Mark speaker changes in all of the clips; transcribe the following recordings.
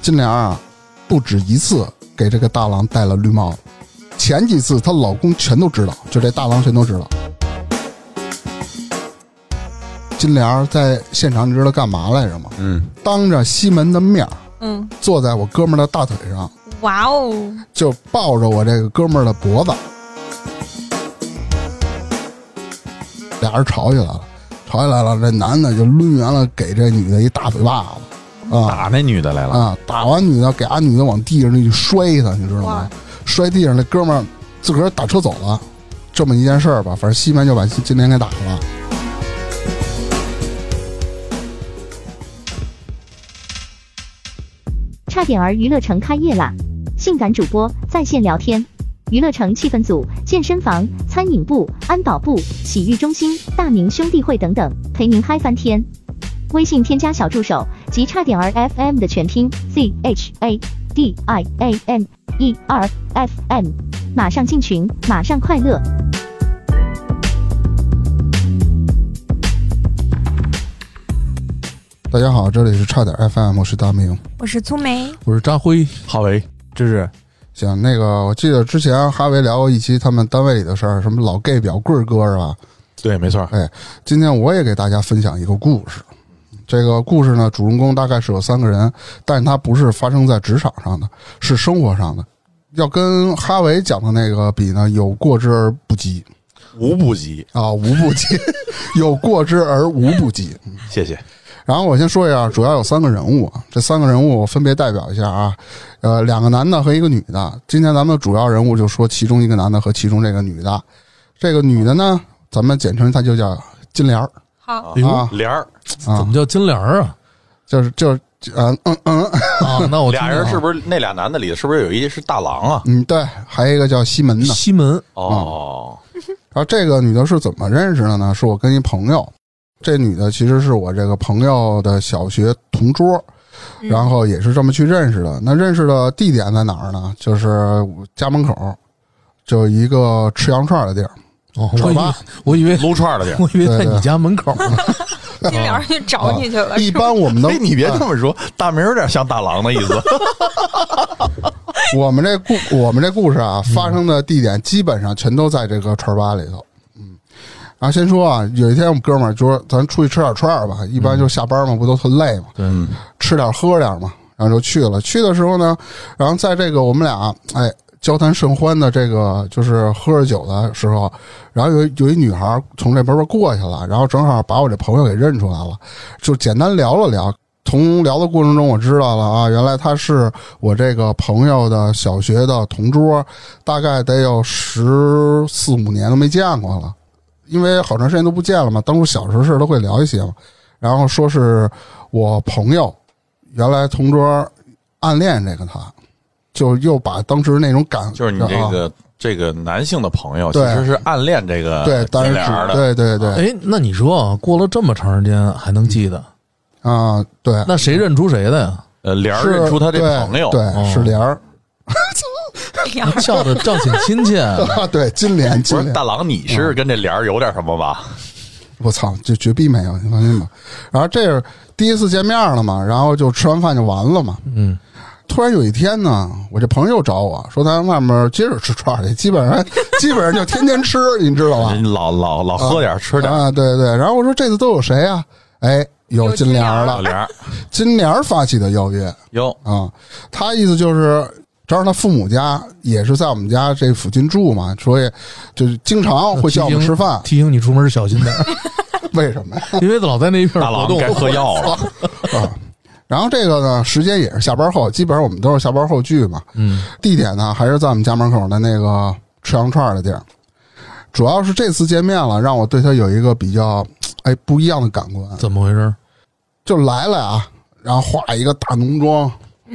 Speaker 1: 金莲啊，不止一次给这个大郎戴了绿帽子，前几次她老公全都知道，就这大郎全都知道。金莲儿在现场，你知道干嘛来着吗？
Speaker 2: 嗯，
Speaker 1: 当着西门的面儿
Speaker 3: 嗯，
Speaker 1: 坐在我哥们儿的大腿上，
Speaker 3: 哇哦，
Speaker 1: 就抱着我这个哥们儿的脖子，俩人吵起来了，吵起来了，这男的就抡圆了给这女的一大嘴巴子，啊
Speaker 2: 打那女的来了，
Speaker 1: 啊！打完女的，给俺女的往地上那就摔她，你知道吗
Speaker 3: 哇？
Speaker 1: 摔地上，那哥们儿自个儿打车走了，这么一件事儿吧，反正西门就把金莲给打了。
Speaker 4: 差点儿娱乐城开业啦！性感主播在线聊天，娱乐城气氛组、健身房、餐饮部、安保部、洗浴中心、大明兄弟会等等，陪您嗨翻天。微信添加小助手及差点儿 FM 的全拼 Z H A D I A M E R F M，马上进群，马上快乐。
Speaker 1: 大家好，这里是差点 FM，我是大明。
Speaker 3: 我是粗梅，
Speaker 5: 我是张辉，
Speaker 2: 浩维，
Speaker 5: 这是
Speaker 1: 行，那个我记得之前哈维聊过一期他们单位里的事儿，什么老 gay 表棍儿哥是吧？
Speaker 2: 对，没错，
Speaker 1: 今天我也给大家分享一个故事。这个故事呢，主人公大概是有三个人，但是它不是发生在职场上的，是生活上的。要跟哈维讲的那个比呢，有过之而不及
Speaker 2: 无不及，
Speaker 1: 啊，无不及， 有过之而无不及。
Speaker 2: 谢谢。
Speaker 5: 啊
Speaker 1: 然后我先说一下，主要有三个人物，啊这三个人物我分别代表一下啊，呃，两个男的和一个女的。今天咱们主要人物就说其中一个男的和其中这个女的，这个女的呢，咱们简称她就叫金莲儿
Speaker 3: 好，
Speaker 5: 哎呦，
Speaker 1: 啊
Speaker 2: 帘儿
Speaker 5: 怎
Speaker 1: 啊
Speaker 5: 么，叫金莲儿啊？
Speaker 1: 就是就是嗯嗯嗯
Speaker 5: 啊，那我听
Speaker 2: 俩
Speaker 5: 听
Speaker 2: 人
Speaker 5: 啊
Speaker 2: 是不是那俩男的里是不是有一是大郎啊？
Speaker 1: 嗯，对，还有一个叫西门呢。
Speaker 5: 西门
Speaker 2: 哦，
Speaker 1: 然后这个女的是怎么认识的呢？是我跟一朋友，这女的其实是我这个朋友的小学同桌，
Speaker 3: 嗯
Speaker 1: 然后也是这么去认识的。那认识的地点在哪儿呢？就是我家门口，就有一个吃羊串的地儿，
Speaker 5: 哦，
Speaker 1: 知
Speaker 5: 我
Speaker 1: 道
Speaker 5: 以
Speaker 1: 吧
Speaker 5: 为我以为
Speaker 2: 嗯撸串的地儿。
Speaker 5: 我以为在
Speaker 1: 对对
Speaker 5: 你家门口呢。
Speaker 3: 金莲儿去找你去了，
Speaker 1: 一
Speaker 3: 是吧
Speaker 1: 般我们的
Speaker 2: 哎，
Speaker 1: 嗯
Speaker 2: 你别这么说，大明儿有点像大郎的意思。
Speaker 1: 我们这故我们这故事啊，发生的地点基本上全都在这个串儿吧里头。嗯，然后先说啊，有一天我们哥们儿就说咱出去吃点串儿吧，一般就下班嘛，不都特累嘛，
Speaker 5: 对，
Speaker 1: 吃点儿喝点儿嘛，然后就去了。去的时候呢，然后在这个我们俩哎交谈甚欢的这个就是喝着酒的时候，然后有一有一女孩儿从这边边过去了，然后正好把我这朋友给认出来了，就简单聊了聊。从聊的过程中，我知道了啊，原来她是我这个朋友的小学的同桌，大概得有十四五年都没见过了，因为好长时间都不见了嘛。当初小时候事儿都会聊一些嘛，然后说是我朋友原来同桌暗恋这个她，就又把当时那种感 啊
Speaker 2: 就是你这个、这个男性的朋友，其
Speaker 1: 嗯对
Speaker 2: 实是暗恋这
Speaker 1: 啊
Speaker 2: 个
Speaker 1: 对，当
Speaker 2: 金
Speaker 1: 然
Speaker 2: 莲儿
Speaker 1: 是
Speaker 2: 的。
Speaker 1: 对对对
Speaker 5: 哎，那你说啊，过了这么长时间还能记得，
Speaker 1: 啊，对，
Speaker 5: 嗯那谁认出谁的呀？
Speaker 2: 呃，莲儿
Speaker 1: 是
Speaker 2: 认出他这
Speaker 1: 对
Speaker 2: 朋友，
Speaker 1: 对，
Speaker 5: 哦
Speaker 1: 是莲 儿
Speaker 3: 莲儿
Speaker 5: 笑得正挺亲切。
Speaker 1: 啊，对，金莲，金
Speaker 2: 不是
Speaker 1: 莲，
Speaker 2: 大郎，你
Speaker 1: 嗯
Speaker 2: 是跟这莲儿有点什么吧？
Speaker 1: 我操，这绝逼没有，你放心吧。然后这是第一次见面了嘛，然后就吃完饭就完了嘛。
Speaker 5: 嗯，
Speaker 1: 突然有一天呢，我这朋友找我说，咱外面接着吃串儿去，基本上基本上就天天吃，你知道吧？
Speaker 2: 人老老老喝点儿吃点儿，
Speaker 1: 啊，对对。然后我说这次都有谁啊？哎，有
Speaker 3: 有
Speaker 1: 金莲儿
Speaker 3: 金莲
Speaker 2: 老
Speaker 1: 了，
Speaker 2: 莲儿
Speaker 1: 金莲儿发起的邀约
Speaker 2: 哟，
Speaker 1: 啊，他意思就是。正好他父母家也是在我们家这附近住嘛，所以就是经常 会叫我们吃 饭。
Speaker 5: 提醒你出门小心点儿，
Speaker 1: 为什么呀？
Speaker 5: 因为老在那一片
Speaker 2: 大
Speaker 5: 活
Speaker 2: 郎
Speaker 5: 动
Speaker 2: 该。喝药了。
Speaker 1: 啊。然后这个呢，时间也是下班后，基本上我们都是下班后聚嘛。
Speaker 5: 嗯，
Speaker 1: 地点呢，还是在我们家门口的那个吃羊串的地儿。主要是这次见面了，让我对他有一个比较哎不一样的感官。
Speaker 5: 怎么回事？
Speaker 1: 就来了啊，然后化一个大浓妆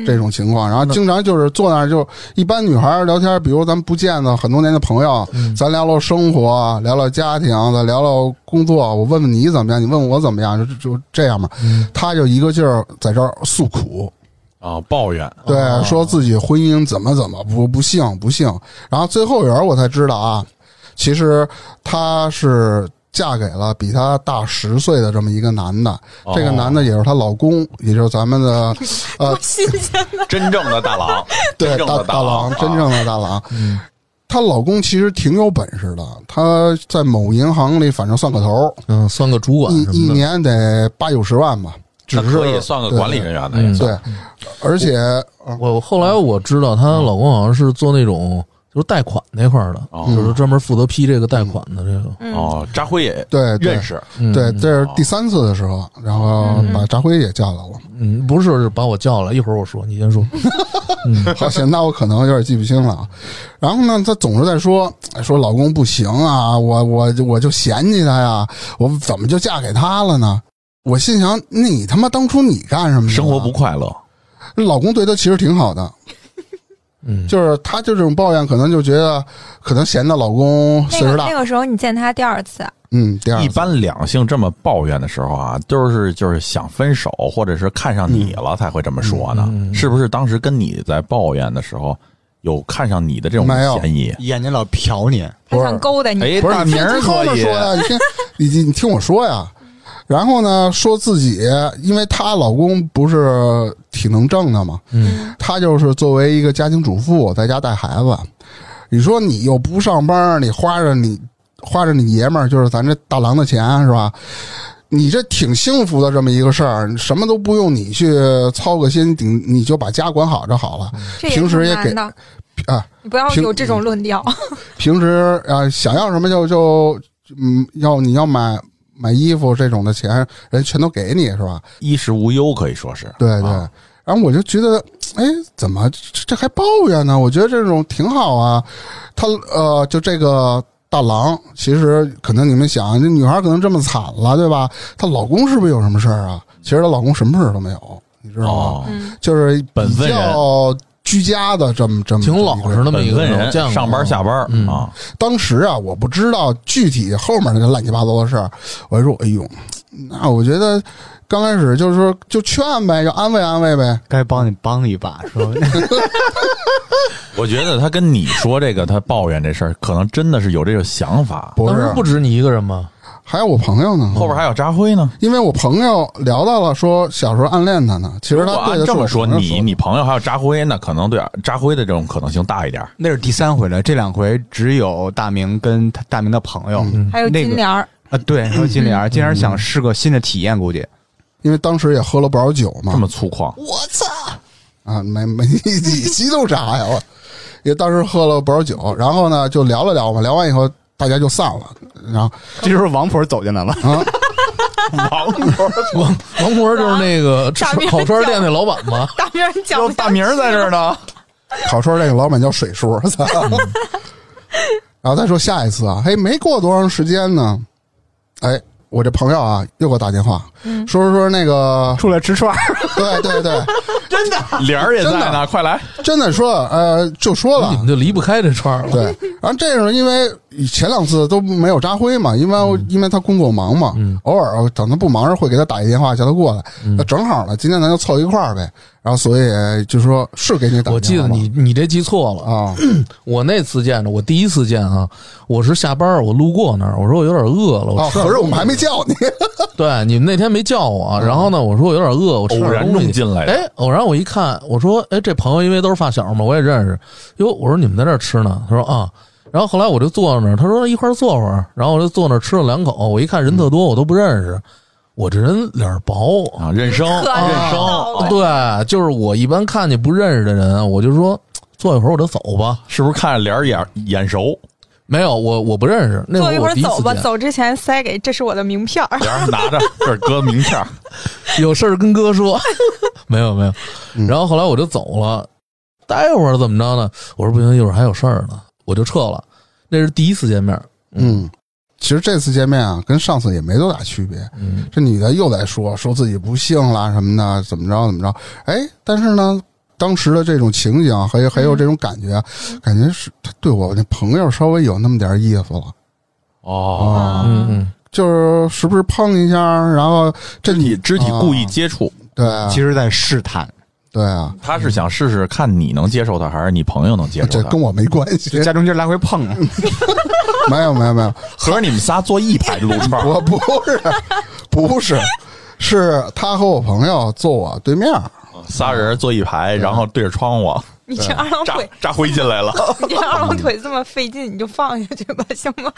Speaker 1: 这种情况，然后经常就是坐那儿就一般女孩儿聊天，比如咱们不见的很多年的朋友，咱聊聊生活，聊聊家庭，再聊聊工作，我问问你怎么样，你问我怎么样，就就这样嘛。他就一个劲儿在这儿诉苦，
Speaker 2: 啊，抱怨
Speaker 1: 对，说自己婚姻怎么怎么不不幸不幸，然后最后缘儿我才知道啊，其实他是嫁给了比她大十岁的这么一个男的，
Speaker 2: 哦
Speaker 1: 这个男的也是她老公，也就是咱们 的
Speaker 3: 多新鲜的，
Speaker 2: 真正的大郎，
Speaker 1: 对
Speaker 2: 真正
Speaker 1: 大
Speaker 2: 的
Speaker 1: 郎
Speaker 2: 郎，，啊
Speaker 1: 真正的大郎。
Speaker 5: 嗯
Speaker 1: 她老公其实挺有本事的，他在某银行里反正算个头，
Speaker 5: 嗯，算个主管
Speaker 1: 一
Speaker 5: 什
Speaker 1: 一
Speaker 5: 么的，
Speaker 1: 年得八九十万吧，只
Speaker 2: 那
Speaker 1: 是
Speaker 2: 可以算个管理人员的，也
Speaker 5: 嗯
Speaker 1: 对
Speaker 2: 算。，
Speaker 1: 而且
Speaker 5: 我后来我知道她老公好像是做那种就是贷款那块儿的，
Speaker 2: 哦
Speaker 5: 就是专门负责批这个贷款的这个。
Speaker 3: 嗯
Speaker 1: 嗯
Speaker 2: 哦，扎辉也
Speaker 1: 对对
Speaker 2: 认识，
Speaker 5: 嗯
Speaker 1: 对，这
Speaker 2: 哦
Speaker 1: 是第三次的时候，然后
Speaker 3: 嗯
Speaker 1: 把扎辉也叫来了。
Speaker 5: 嗯，不是是把我叫来，一会儿我说，你先说。
Speaker 1: 好险，那我可能有点记不清了啊。然后呢，她总是在说哎说老公不行啊，我我我就嫌弃他呀，我怎么就嫁给他了呢？我心想，你他妈当初你干什么去了？啊
Speaker 2: 生活不快乐，
Speaker 1: 老公对她其实挺好的，
Speaker 5: 嗯，
Speaker 1: 就是她就这种抱怨，可能就觉得可能嫌她老公
Speaker 3: 那
Speaker 1: 岁
Speaker 3: 个
Speaker 1: 数大
Speaker 3: 那，个时候你见他第二次，
Speaker 1: 嗯，第二
Speaker 2: 一
Speaker 1: 次
Speaker 2: 般两性这么抱怨的时候啊，都是就是想分手，或者是看上你了才会这么说呢，是不是？当时跟你在抱怨的时候，有看上你的这种
Speaker 1: 没有
Speaker 2: 嫌疑？
Speaker 6: 眼睛老瞟你，
Speaker 3: 他想勾搭你，
Speaker 2: 哎，
Speaker 1: 不是
Speaker 2: 大名儿
Speaker 1: 你听
Speaker 2: 可
Speaker 1: 哥们
Speaker 2: 以
Speaker 1: 说呀，你听你你你听我说呀。然后呢，说自己，因为她老公不是挺能挣的嘛，
Speaker 5: 嗯，
Speaker 1: 她就是作为一个家庭主妇，在家带孩子。你说你又不上班，你花着你花着你爷们儿，就是咱这大郎的钱是吧？你这挺幸福的这么一个事儿，什么都不用你去操个心，顶你就把家管好就好了。
Speaker 3: 这也
Speaker 1: 平时
Speaker 3: 挺
Speaker 1: 也
Speaker 3: 难
Speaker 1: 给
Speaker 3: 的
Speaker 1: 啊，
Speaker 3: 你不要
Speaker 1: 平
Speaker 3: 有这种论调。
Speaker 1: 平时啊，想要什么就就嗯，要你要买买衣服这种的钱，人全都给你是吧？
Speaker 2: 衣食无忧，可以说是
Speaker 1: 对对。
Speaker 2: 啊
Speaker 1: 然后我就觉得，哎，怎么这这还抱怨呢？我觉得这种挺好啊。他呃，就这个大郎，其实可能你们想，这女孩可能这么惨了，对吧？她老公是不是有什么事儿啊？其实她老公什么事儿都没有，你知道吗？
Speaker 2: 哦，
Speaker 3: 嗯，
Speaker 1: 就是
Speaker 2: 本
Speaker 1: 比
Speaker 2: 分人
Speaker 1: 较居家的这么这么
Speaker 5: 挺老实
Speaker 1: 的。
Speaker 5: 那么
Speaker 2: 本
Speaker 5: 一个
Speaker 2: 分
Speaker 5: 人，我
Speaker 2: 人
Speaker 5: 见过
Speaker 2: 上班下班
Speaker 5: 嗯
Speaker 2: 啊，
Speaker 1: 当时啊，我不知道具体后面那个乱七八糟的事儿，我就说，哎呦，那我觉得刚开始就是说就劝呗，就安慰安慰呗，
Speaker 6: 该帮你帮一把，是吧？
Speaker 2: 我觉得他跟你说这个，他抱怨这事儿，可能真的是有这个想法。
Speaker 1: 不
Speaker 5: 当
Speaker 1: 是
Speaker 5: 时，不止你一个人吗？
Speaker 1: 还有我朋友呢，
Speaker 2: 后边还有扎辉呢。
Speaker 1: 因为我朋友聊到了说小时候暗恋他呢，其实
Speaker 2: 如果
Speaker 1: 他对
Speaker 2: 按
Speaker 1: 的
Speaker 2: 这么
Speaker 1: 说
Speaker 2: 说，你你朋友还有扎辉，那可能对扎辉的这种可能性大一点。
Speaker 6: 那是第三回了，这两回只有大明跟他大明的朋友，
Speaker 5: 嗯
Speaker 3: 还有
Speaker 6: 那个
Speaker 3: 金莲儿，
Speaker 6: 啊，对，还有金莲儿，金莲儿想试个新的体验，估计
Speaker 5: 嗯
Speaker 1: 因为当时也喝了不少酒嘛，
Speaker 2: 这么粗犷，
Speaker 1: 啊，没没，你你激动啥呀？我也当时喝了不少酒，然后呢就聊了聊嘛，聊完以后大家就散了，然后
Speaker 6: 这时候王婆走进来了，，
Speaker 2: 王婆
Speaker 5: 王王婆就是那个
Speaker 3: 大面
Speaker 5: 烤串店那老板吗？
Speaker 3: 大明儿讲不
Speaker 2: 有
Speaker 3: 下
Speaker 2: 大名儿在这儿呢。
Speaker 1: 烤串儿 这个老板叫水叔，操然后再说下一次啊，嘿，没过多长时间呢，哎，我这朋友啊又给我打电话，说说说那个
Speaker 6: 出来吃串儿，
Speaker 1: 对对对，
Speaker 2: 莲儿也在
Speaker 1: 真
Speaker 2: 呢，快来！
Speaker 1: 真的说呃就说
Speaker 5: 你
Speaker 1: 了
Speaker 6: 嗯
Speaker 5: 们。就离不开这串儿了。
Speaker 1: 对，然后这时候因为前两次都没有扎辉嘛，因为、
Speaker 6: 嗯
Speaker 1: 因为他工作忙嘛，偶尔呃等他不忙时会给他打一电话叫他过来，
Speaker 6: 嗯
Speaker 1: 那正好呢，今天咱就凑一块儿呗。然后所以就说是给你打电话吧，
Speaker 5: 我记得你你这记错了，
Speaker 1: 啊，
Speaker 5: 我那次见着，我第一次见啊，我是下班儿我路过那儿，我说我有点饿了，
Speaker 1: 啊，
Speaker 5: 我吃、
Speaker 1: 合着我们还没叫你，
Speaker 5: 对你们那天没叫我，啊然后呢，我说我有点饿，我吃点
Speaker 2: 偶然
Speaker 5: 东西
Speaker 2: 弄进来的
Speaker 5: 哎，偶然我一看，我说哎，这朋友因为都是发小嘛，我也认识，哟，我说你们在这儿吃呢，他说啊。然后后来我就坐那儿，他说一块儿坐会儿，然后我就坐那儿吃了两口。我一看人特多，我都不认识，我这人脸儿薄，
Speaker 2: 啊，认生，
Speaker 3: 可
Speaker 2: 认生，
Speaker 3: 了
Speaker 2: 啊
Speaker 5: 对，就是我一般看见不认识的人，我就说坐一会儿我就走吧。
Speaker 2: 是不是看着莲儿眼眼熟？
Speaker 5: 没有，我我不认识。那
Speaker 3: 坐一
Speaker 5: 会
Speaker 3: 会
Speaker 5: 儿我
Speaker 3: 儿
Speaker 5: 第一
Speaker 3: 走
Speaker 5: 次
Speaker 3: 吧，
Speaker 5: 见，
Speaker 3: 走之前塞给这是我的名片儿。
Speaker 2: 莲儿拿着这是哥名片儿，
Speaker 5: 有事儿跟哥说。没有没有，然后后来我就走了。待会儿怎么着呢？我说不行，一会儿还有事儿呢，我就撤了。那是第一次见面，
Speaker 1: 嗯，其实这次见面啊，跟上次也没多大区别。
Speaker 5: 嗯，
Speaker 1: 这女的又在说说自己不幸啦什么的，怎么着怎么着。哎，但是呢，当时的这种情景还有还有这种感觉，感觉是她对我那朋友稍微有那么点意思了。
Speaker 2: 哦，
Speaker 1: 啊
Speaker 5: 嗯嗯，
Speaker 1: 就是是不是碰一下，然后这
Speaker 2: 你
Speaker 1: 女
Speaker 5: 哦
Speaker 2: 肢体故意接触，
Speaker 1: 对，
Speaker 6: 其实在试探，
Speaker 1: 对啊，
Speaker 2: 他是想试试看你能接受他，还是你朋友能接受
Speaker 1: 这
Speaker 2: 他
Speaker 1: 跟。我没关系
Speaker 6: 就，家中间来回碰，
Speaker 1: 没有没有没有，
Speaker 2: 合着你们仨坐一排撸串儿，
Speaker 1: 我不是不是，是他和我朋友坐我对面儿，
Speaker 2: 仨人坐一排，然后对着窗户
Speaker 3: 你这二郎
Speaker 2: 炸
Speaker 3: 腿，
Speaker 2: 炸灰进来了。
Speaker 3: 你这二郎腿这么费劲，你就放下去吧，行吗？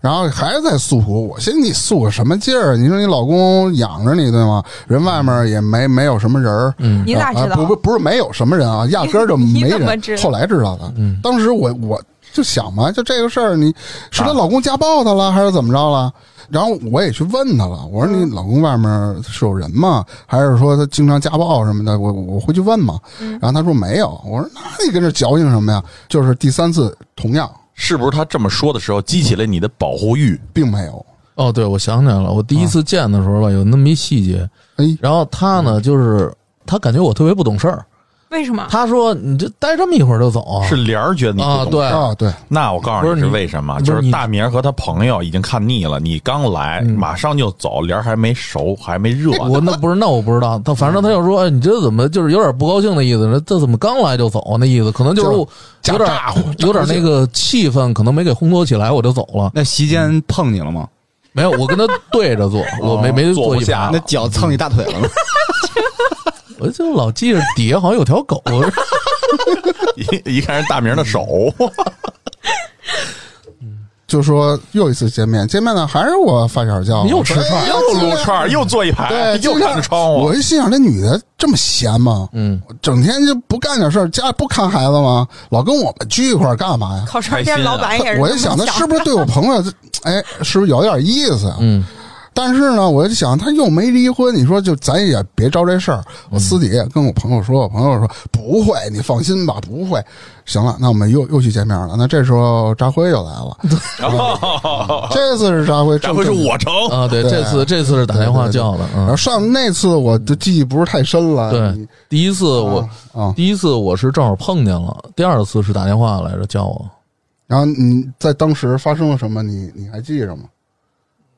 Speaker 1: 然后还是在诉苦。我寻思你诉个什么劲儿？你说你老公养着你对吗？人外面也没没有什么人儿，嗯，
Speaker 3: 你咋知道
Speaker 1: 啊？不不不是没有什么人啊，压根儿就
Speaker 3: 你
Speaker 1: 没
Speaker 3: 怎么
Speaker 1: 人
Speaker 3: 知。道
Speaker 1: 后来知道的，嗯，当时我我就想嘛，就这个事儿，你是她老公家暴她了，还是怎么着了？然后我也去问她了，我说
Speaker 3: 嗯
Speaker 1: 你老公外面是有人吗？还是说他经常家暴什么的？我我会去问嘛。
Speaker 3: 嗯
Speaker 1: 然后她说没有。我说那你跟这矫情什么呀？就是第三次同样
Speaker 2: 是不是他这么说的时候激起了你的保护欲？
Speaker 1: 并没有。
Speaker 5: 哦，对，我想起来了，我第一次见的时候吧，有那么一细节。
Speaker 1: 哎，
Speaker 5: 然后他呢，就是他感觉我特别不懂事儿，
Speaker 3: 为什么？
Speaker 5: 他说：“你这待这么一会儿就走啊？”
Speaker 2: 是莲儿觉得你
Speaker 5: 啊，
Speaker 2: 不懂事。
Speaker 5: 对，
Speaker 1: 啊，对，
Speaker 2: 那我告诉
Speaker 5: 不
Speaker 2: 你
Speaker 5: 是
Speaker 2: 是
Speaker 5: 你
Speaker 2: 为什么，
Speaker 5: 不是
Speaker 2: 就是
Speaker 5: 你嗯
Speaker 2: 大明儿和他朋友已经看腻了，你刚来马上就走，莲儿还没熟，还没热。
Speaker 5: 我那不是那我不知道，他反正他就说：“哎，你这怎么就是有点不高兴的意思？这怎么刚来就走啊？那意思可能就是
Speaker 1: 假
Speaker 5: 有点
Speaker 1: 咋呼
Speaker 5: 有点那个气氛，可能没给烘托起来，我就走了。
Speaker 6: 那席间碰你了吗？
Speaker 5: 没有，我跟他对着 哦坐，我没没
Speaker 2: 坐不
Speaker 5: 一
Speaker 2: 下
Speaker 5: 排
Speaker 2: 啊
Speaker 6: 那脚蹭你大腿了吗？
Speaker 5: 我就老记着底下好像有条狗，
Speaker 2: 一一看是大明儿的手，
Speaker 1: 就说又一次见面，见面呢还是我发小叫我，
Speaker 5: 你又吃串
Speaker 1: 哎呀
Speaker 2: 又撸串儿，又坐一排，
Speaker 1: 对，
Speaker 2: 又看着窗户
Speaker 1: 我。一心想，这女的这么闲吗？
Speaker 5: 嗯，
Speaker 1: 整天就不干点事儿，家不看孩子吗？老跟我们聚一块儿干嘛呀？
Speaker 3: 烤串店
Speaker 2: 啊
Speaker 3: 老板也是这么
Speaker 1: 我就想，
Speaker 3: 想
Speaker 1: 她是不是对我朋友，哎，是不是有点意思？啊
Speaker 5: 嗯，
Speaker 1: 但是呢，我就想，她又没离婚，你说就咱也别招这事儿。我
Speaker 5: 嗯
Speaker 1: 私底下跟我朋友说，我朋友说不会，你放心吧，不会。行了，那我们又又去见面了。那这时候扎辉又来了，这次哦是扎辉，
Speaker 2: 这回是
Speaker 1: 正
Speaker 2: 我 成，
Speaker 5: 啊，对，
Speaker 1: 对
Speaker 5: 这次这次是打电话
Speaker 1: 对对对
Speaker 5: 叫的，
Speaker 1: 然
Speaker 5: 嗯
Speaker 1: 后，上那次我的记忆不是太深了，
Speaker 5: 对，第一次我
Speaker 1: 啊啊，
Speaker 5: 第一次我是正好碰见了，第二次是打电话来着叫我，
Speaker 1: 然后你在当时发生了什么？你你还记着吗？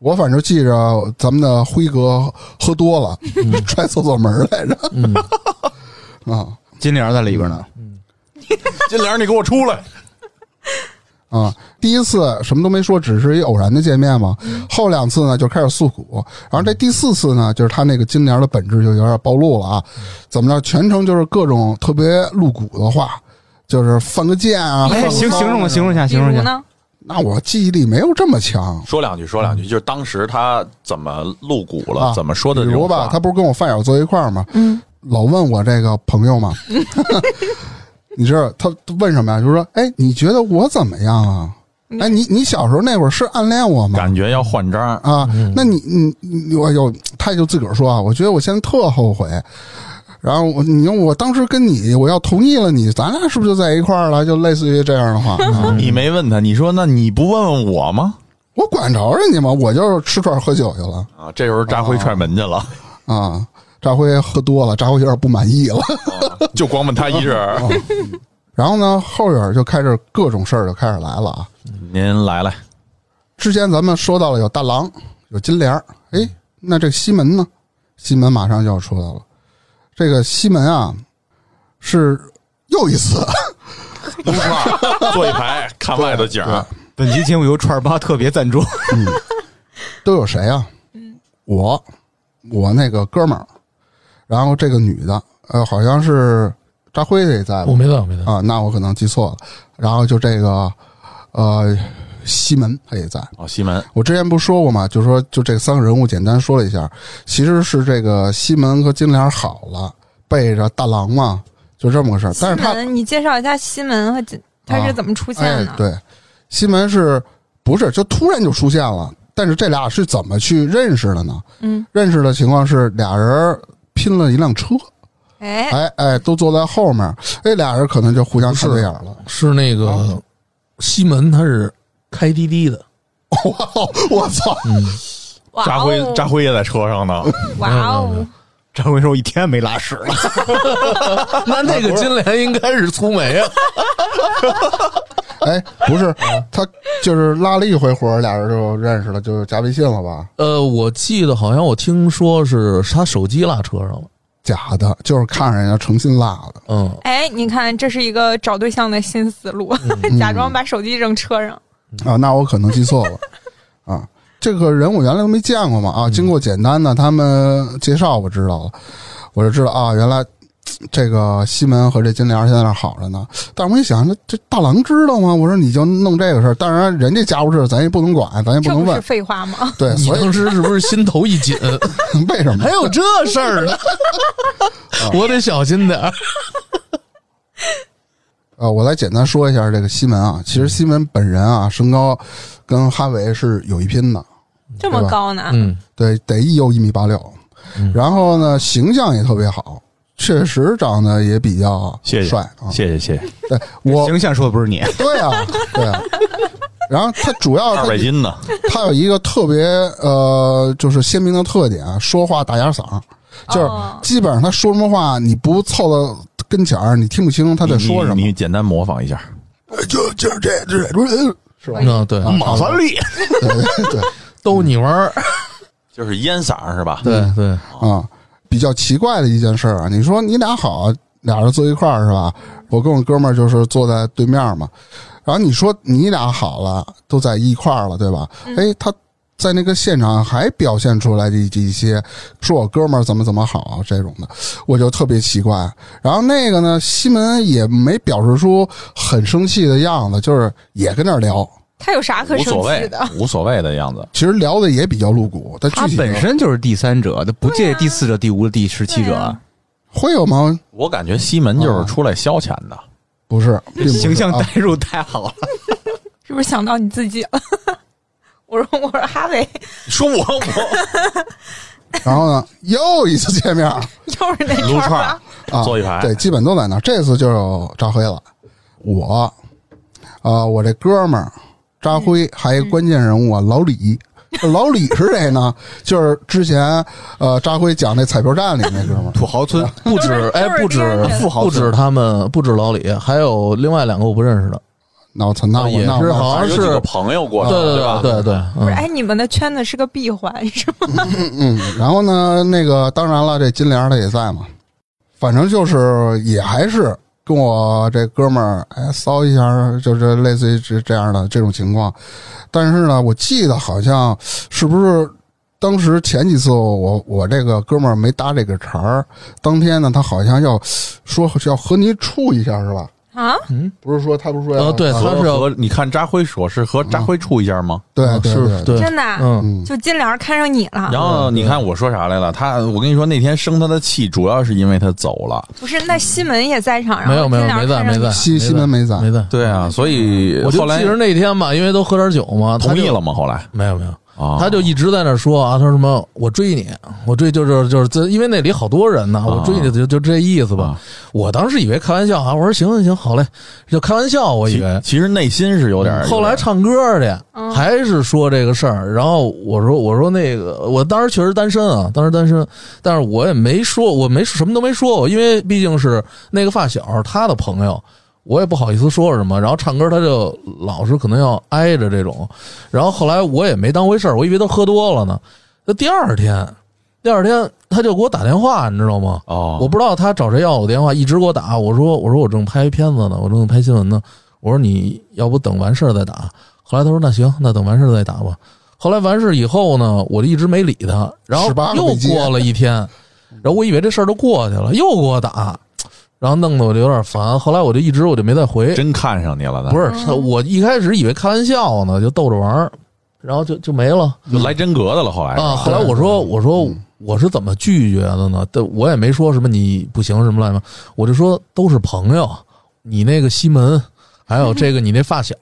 Speaker 1: 我反正记着咱们的辉哥喝多了， 踹厕所门来着
Speaker 5: 嗯，
Speaker 1: 啊
Speaker 6: 金莲儿在里边呢，
Speaker 2: 金莲儿，你给我出来！
Speaker 1: 啊！第一次什么都没说，只是一偶然的见面嘛。后两次呢就开始诉苦，然后这第四次呢，就是他那个金莲的本质就有点暴露了啊！怎么着，全程就是各种特别露骨的话，就是犯个贱啊！
Speaker 6: 哎，
Speaker 1: 犯个
Speaker 6: 形
Speaker 1: 骚
Speaker 6: 形容
Speaker 1: 啊
Speaker 6: 了，形容一下，
Speaker 3: 比
Speaker 6: 形容一
Speaker 3: 如
Speaker 6: 下，
Speaker 3: 呢？
Speaker 1: 那我记忆力没有这么强，
Speaker 2: 说两句，说两句，就是当时他怎么露骨了，
Speaker 1: 啊
Speaker 2: 怎么说的
Speaker 1: 比
Speaker 2: 这
Speaker 1: 如
Speaker 2: 种话
Speaker 1: 吧，他不是跟我发小坐一块儿吗？嗯，老问我这个朋友 嘛，你知道他问什么呀？就是说，哎，你觉得我怎么样啊？哎，你你小时候那会儿是暗恋我吗？
Speaker 2: 感嗯觉要换章，
Speaker 1: 啊，那你你你，我有，他就自个儿说啊，我觉得我现在特后悔。然后我，你说我当时跟你，我要同意了你，咱俩是不是就在一块儿了？就类似于这样 的话，啊
Speaker 2: 你没问他，你说那你不问问我吗？
Speaker 1: 我管着人家吗？我就是吃串儿喝酒去了
Speaker 2: 啊，这时候扎辉踹门去了，
Speaker 1: 啊。扎辉喝多了，扎辉有点不满意了。
Speaker 2: 就光问他一人儿。
Speaker 1: 然后呢，后边就开始各种事儿就开始来了啊。
Speaker 2: 您来来，
Speaker 1: 之前咱们说到了有大郎，有金莲儿，哎，那这西门呢？西门马上就要说到了，这个西门啊，是又一次
Speaker 2: 撸串儿 坐一排看外头 景儿，
Speaker 6: 本期节目由串儿吧特别赞助，
Speaker 1: 嗯都有谁啊？我，我那个哥们儿，然后这个女的，呃，好像是扎辉也在吧
Speaker 5: 我？没在，我没在，
Speaker 1: 啊，那我可能记错了。然后就这个，呃，西门他也在。
Speaker 2: 哦，西门
Speaker 1: 我之前不说过嘛，就说就这三个人物简单说了一下，其实是这个西门和金莲好了，背着大郎嘛，就这么个事儿。但是
Speaker 3: 西
Speaker 1: 他
Speaker 3: 门，你介绍一下西门和金他是怎么出
Speaker 1: 哎
Speaker 3: 现的？，
Speaker 1: 对，西门是不是就突然就出现了？但是这俩是怎么去认识的呢？
Speaker 3: 嗯，
Speaker 1: 认识的情况是俩人拼了一辆车，
Speaker 3: 哎，
Speaker 1: 哎哎，都坐在后面，哎，俩人可能就互相看对眼了。
Speaker 5: 是那个西门，他是开滴滴的，
Speaker 1: 我操！
Speaker 3: 哇
Speaker 2: 扎辉
Speaker 3: 哦，
Speaker 2: 扎辉也在车上呢，
Speaker 3: 哇哦，
Speaker 6: 张辉说我一天没拉屎了，
Speaker 5: 那那个金莲应该是粗眉 啊，
Speaker 1: 哎，不是，他就是拉了一回活儿，俩人就认识了，就加微信了吧？
Speaker 5: 呃，我记得好像我听说是他手机落车上了，
Speaker 1: 假的，就是看人家诚心辣的。
Speaker 5: 嗯，
Speaker 3: 哎，你看，这是一个找对象的新思路，假装把手机扔车上。
Speaker 1: 啊，那我可能记错了啊。这个人我原来都没见过嘛啊，经过简单的他们介绍，我知道了，我就知道啊，原来嘖这个西门和这金莲现在那儿好着呢。但是我一想，这这大郎知道吗？我说你就弄这个事儿，当然人家家务事儿咱也不能管，咱也不
Speaker 3: 这
Speaker 1: 能
Speaker 3: 不是
Speaker 1: 问。嗯
Speaker 3: 废话吗？
Speaker 1: 对，
Speaker 5: 你
Speaker 1: 所以
Speaker 5: 当时是不是心头一紧？
Speaker 1: 为什么
Speaker 5: 还？有这事儿 呢，啊我得小心点儿。
Speaker 1: 呃，我来简单说一下这个西门啊，其实西门本人啊，身高跟哈维是有一拼的，
Speaker 3: 这么高呢？
Speaker 5: 嗯，
Speaker 1: 对，得一有一米八六
Speaker 5: 嗯，
Speaker 1: 然后呢，形象也特别好，确实长得也比较
Speaker 2: 谢谢
Speaker 1: 帅啊。
Speaker 2: 谢谢谢谢，
Speaker 1: 对我，
Speaker 6: 形象说的不是你，
Speaker 1: 对啊，对啊。然后他主要
Speaker 2: 二
Speaker 1: 他
Speaker 2: 百斤呢，
Speaker 1: 他有一个特别呃，就是鲜明的特点啊，说话大哑嗓儿，就是
Speaker 3: 哦
Speaker 1: 基本上他说什么话，你不凑到跟前儿，你听不清他在说什
Speaker 2: 你你
Speaker 1: 么。哎
Speaker 2: 简单模仿一下，
Speaker 1: 就就是这这是吧？
Speaker 5: 嗯，
Speaker 2: 啊
Speaker 5: 对，
Speaker 1: 马三
Speaker 6: 立，
Speaker 1: 对 对对
Speaker 5: 逗你玩儿。
Speaker 2: 就是烟嗓儿是吧？
Speaker 5: 对 对，
Speaker 1: 啊、比较奇怪的一件事儿啊。你说你俩好，俩人坐一块儿是吧？我跟我哥们儿就是坐在对面嘛。然后你说你俩好了，都在一块儿了，对吧？哎，他在那个现场还表现出来这这一些，说我哥们儿怎么怎么好这种的，我就特别奇怪。然后那个呢，西门也没表示出很生气的样子，就是也跟那儿聊，
Speaker 3: 他有啥可
Speaker 2: 无
Speaker 3: 生
Speaker 2: 所
Speaker 3: 气
Speaker 2: 谓
Speaker 3: 的？，
Speaker 2: 无所谓的样子。
Speaker 1: 其实聊的也比较露骨，但具
Speaker 6: 他
Speaker 1: 体
Speaker 6: 本身就是第三者，他不介意第四者、第五者、第十七
Speaker 3: 对
Speaker 6: 者
Speaker 3: 啊，
Speaker 1: 会有吗？
Speaker 2: 我感觉西门
Speaker 5: 啊
Speaker 2: 就是出来消遣的，
Speaker 1: 不是，并不是
Speaker 6: 形象
Speaker 1: 啊
Speaker 6: 代入太好了。
Speaker 3: 是不是想到你自己了？ 我说我说哈维，
Speaker 2: 说我我
Speaker 1: 然后呢，又一次见面儿
Speaker 3: 又是那
Speaker 2: 撸
Speaker 3: 串
Speaker 2: 串
Speaker 3: 儿
Speaker 2: 儿
Speaker 3: 啊，
Speaker 1: 啊，
Speaker 2: 坐一
Speaker 5: 哎
Speaker 2: 排
Speaker 1: 对，基本都在那儿。这次就有扎辉了，我，啊、我这哥们儿扎辉，还有一关键人物啊，老李。
Speaker 5: 嗯
Speaker 1: 老李是谁呢？就是之前呃，扎辉讲那彩票站里那哥 们儿，
Speaker 6: 土豪村
Speaker 5: 不止
Speaker 3: 是
Speaker 5: 哎
Speaker 3: 都，是
Speaker 5: 不止
Speaker 3: 这样的
Speaker 6: 富豪
Speaker 5: 不止
Speaker 6: 村
Speaker 5: 他们，不止老李，还有另外两个我不认识的。
Speaker 1: 那我操，那我
Speaker 5: 也
Speaker 1: 那
Speaker 5: 是
Speaker 1: 我
Speaker 5: 好像
Speaker 2: 有
Speaker 5: 是
Speaker 2: 几个朋友过
Speaker 5: 对
Speaker 2: 去，
Speaker 5: 对
Speaker 2: 吧？
Speaker 5: 对对对，
Speaker 3: 不是
Speaker 5: 嗯
Speaker 3: 哎，你们的圈子是个闭环是吗？
Speaker 1: 嗯，然后呢，那个当然了，这金莲儿她也在嘛，反正就是也还是跟我这哥们儿哎骚一下，就是类似于这这样的这种情况。但是呢，我记得好像是不是当时前几次我我这个哥们儿没搭这个茬儿，当天呢他好像要说要和您处一下是吧？
Speaker 3: 啊，
Speaker 1: 不是说他不是说要、
Speaker 5: 呃对
Speaker 1: 啊
Speaker 5: 他是
Speaker 2: 和
Speaker 5: 要
Speaker 2: 和你看扎辉说是和扎辉处一下吗？
Speaker 1: 对对
Speaker 5: 哦嗯
Speaker 1: 对，
Speaker 5: 是，对，
Speaker 3: 真的啊
Speaker 5: 嗯，
Speaker 1: 嗯
Speaker 3: 就金莲看上你
Speaker 5: 啊
Speaker 3: 了，
Speaker 2: 然后你看我说啥来了？他我跟你说那天生他的气，主要是因为他走了。
Speaker 3: 不是？那西门也在场，然
Speaker 5: 没
Speaker 3: 后
Speaker 5: 有没
Speaker 3: 金
Speaker 5: 有
Speaker 3: 莲
Speaker 5: 没在
Speaker 3: 看上
Speaker 5: 没
Speaker 3: 你
Speaker 5: 在
Speaker 3: 了
Speaker 1: 西西门没在
Speaker 5: 没在，
Speaker 2: 对啊，所以
Speaker 5: 我就
Speaker 2: 后来
Speaker 5: 记着那天吧，因为都喝点酒嘛，他
Speaker 2: 同
Speaker 5: 就
Speaker 2: 意了吗？后来
Speaker 5: 没有没有，
Speaker 2: 啊，
Speaker 5: 他就一直在那说啊，他说什么我追你，我追就是就是这，因为那里好多人呢，我追你就就这意思吧
Speaker 2: 啊。
Speaker 5: 我当时以为开玩笑啊，我说行行行，好嘞，就开玩笑，我以
Speaker 2: 其
Speaker 5: 为。嗯
Speaker 2: 其实内心是有点。
Speaker 5: 后来唱歌去，还是说这个事儿。然后我说我说那个，我当时确实单身啊，当时单身，但是我也没说，我没什么都没说过，因为毕竟是那个发小他的朋友。我也不好意思说什么，然后唱歌他就老是可能要挨着这种，然后后来我也没当回事儿，我以为他喝多了呢。那第二天，第二天他就给我打电话，你知道吗？
Speaker 2: 哦，
Speaker 5: 我不知道他找谁要我电话，一直给我打。我说我说我正拍片子呢，我正拍新闻呢。我说你要不等完事儿再打。后来他说那行，那等完事儿再打吧。后来完事以后呢，我就一直没理他。然后
Speaker 1: 18个
Speaker 5: 又
Speaker 1: 没接
Speaker 5: 过了一天，然后我以为这事儿都过去了，又给我打，然后弄得我就有点烦。后来我就一直我就没再回。
Speaker 2: 真看上你了呢，
Speaker 5: 不是他，我一开始以为开玩笑呢，就逗着玩儿，然后就就没了。
Speaker 2: 就来真格的了。后来是吧
Speaker 5: 啊，后来我说我说我是怎么拒绝的呢？但我也没说什么你不行什么来嘛，我就说都是朋友，你那个西门，还有这个你那发小，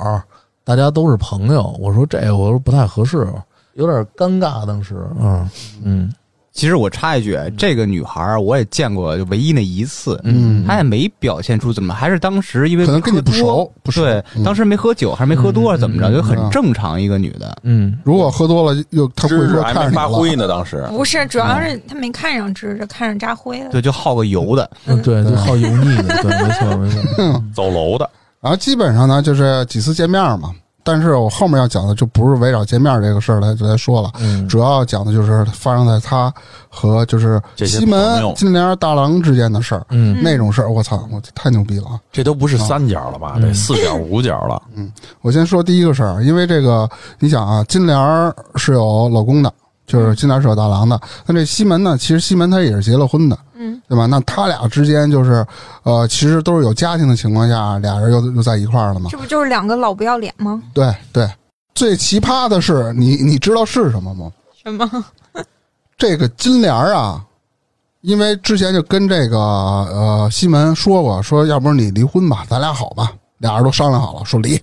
Speaker 5: 大家都是朋友。我说这我说不太合适，有点尴尬当时，嗯嗯
Speaker 6: 其实我插一句，
Speaker 1: 嗯
Speaker 6: 这个女孩儿我也见过，就唯一那一次，
Speaker 5: 嗯，
Speaker 6: 她也没表现出怎么，还是当时因为
Speaker 1: 可能跟你
Speaker 6: 喝多
Speaker 1: 不熟不熟
Speaker 6: 对，
Speaker 1: 嗯
Speaker 6: 当时没喝酒，还是没喝多，
Speaker 5: 嗯
Speaker 6: 怎么着，就
Speaker 1: 嗯
Speaker 6: 很正常一个女的。
Speaker 5: 嗯
Speaker 1: 如果喝多了又他会
Speaker 2: 知识
Speaker 1: 说
Speaker 2: 还
Speaker 1: 看着
Speaker 2: 没
Speaker 1: 你
Speaker 2: 发挥
Speaker 1: 了，
Speaker 2: 呢，当时
Speaker 3: 不是，主要是他没看上芝芝，看上扎辉了。
Speaker 6: 对，就好个油的，
Speaker 5: 嗯，对，就好 油腻的，对，没错没错，
Speaker 2: 走楼的，
Speaker 1: 然后基本上呢就是几次见面嘛，但是我后面要讲的就不是围绕见面这个事儿来来说了，
Speaker 5: 嗯
Speaker 1: 主要讲的就是发生在他和就是
Speaker 2: 这些
Speaker 1: 西
Speaker 2: 朋
Speaker 1: 门
Speaker 2: 友
Speaker 1: 金莲大郎之间的事儿。
Speaker 5: 嗯
Speaker 1: 那种事儿，我操，我太牛逼了啊！
Speaker 2: 这都不是三角了吧？
Speaker 5: 嗯
Speaker 2: 得四角五角了。
Speaker 1: 我先说第一个事儿，因为这个，你想啊，金莲儿是有老公的，就是金莲儿是有大郎的。那这西门呢，其实西门他也是结了婚的，
Speaker 3: 嗯，
Speaker 1: 对吧？那他俩之间就是，呃，其实都是有家庭的情况下，俩人又又在一块儿了嘛。
Speaker 3: 这不就是两个老不要脸吗？
Speaker 1: 对对，最奇葩的是，你你知道是什么吗？
Speaker 3: 什么？
Speaker 1: 这个金莲儿啊，因为之前就跟这个呃西门说过，说要不然你离婚吧，咱俩好吧，俩人都商量好了，说离。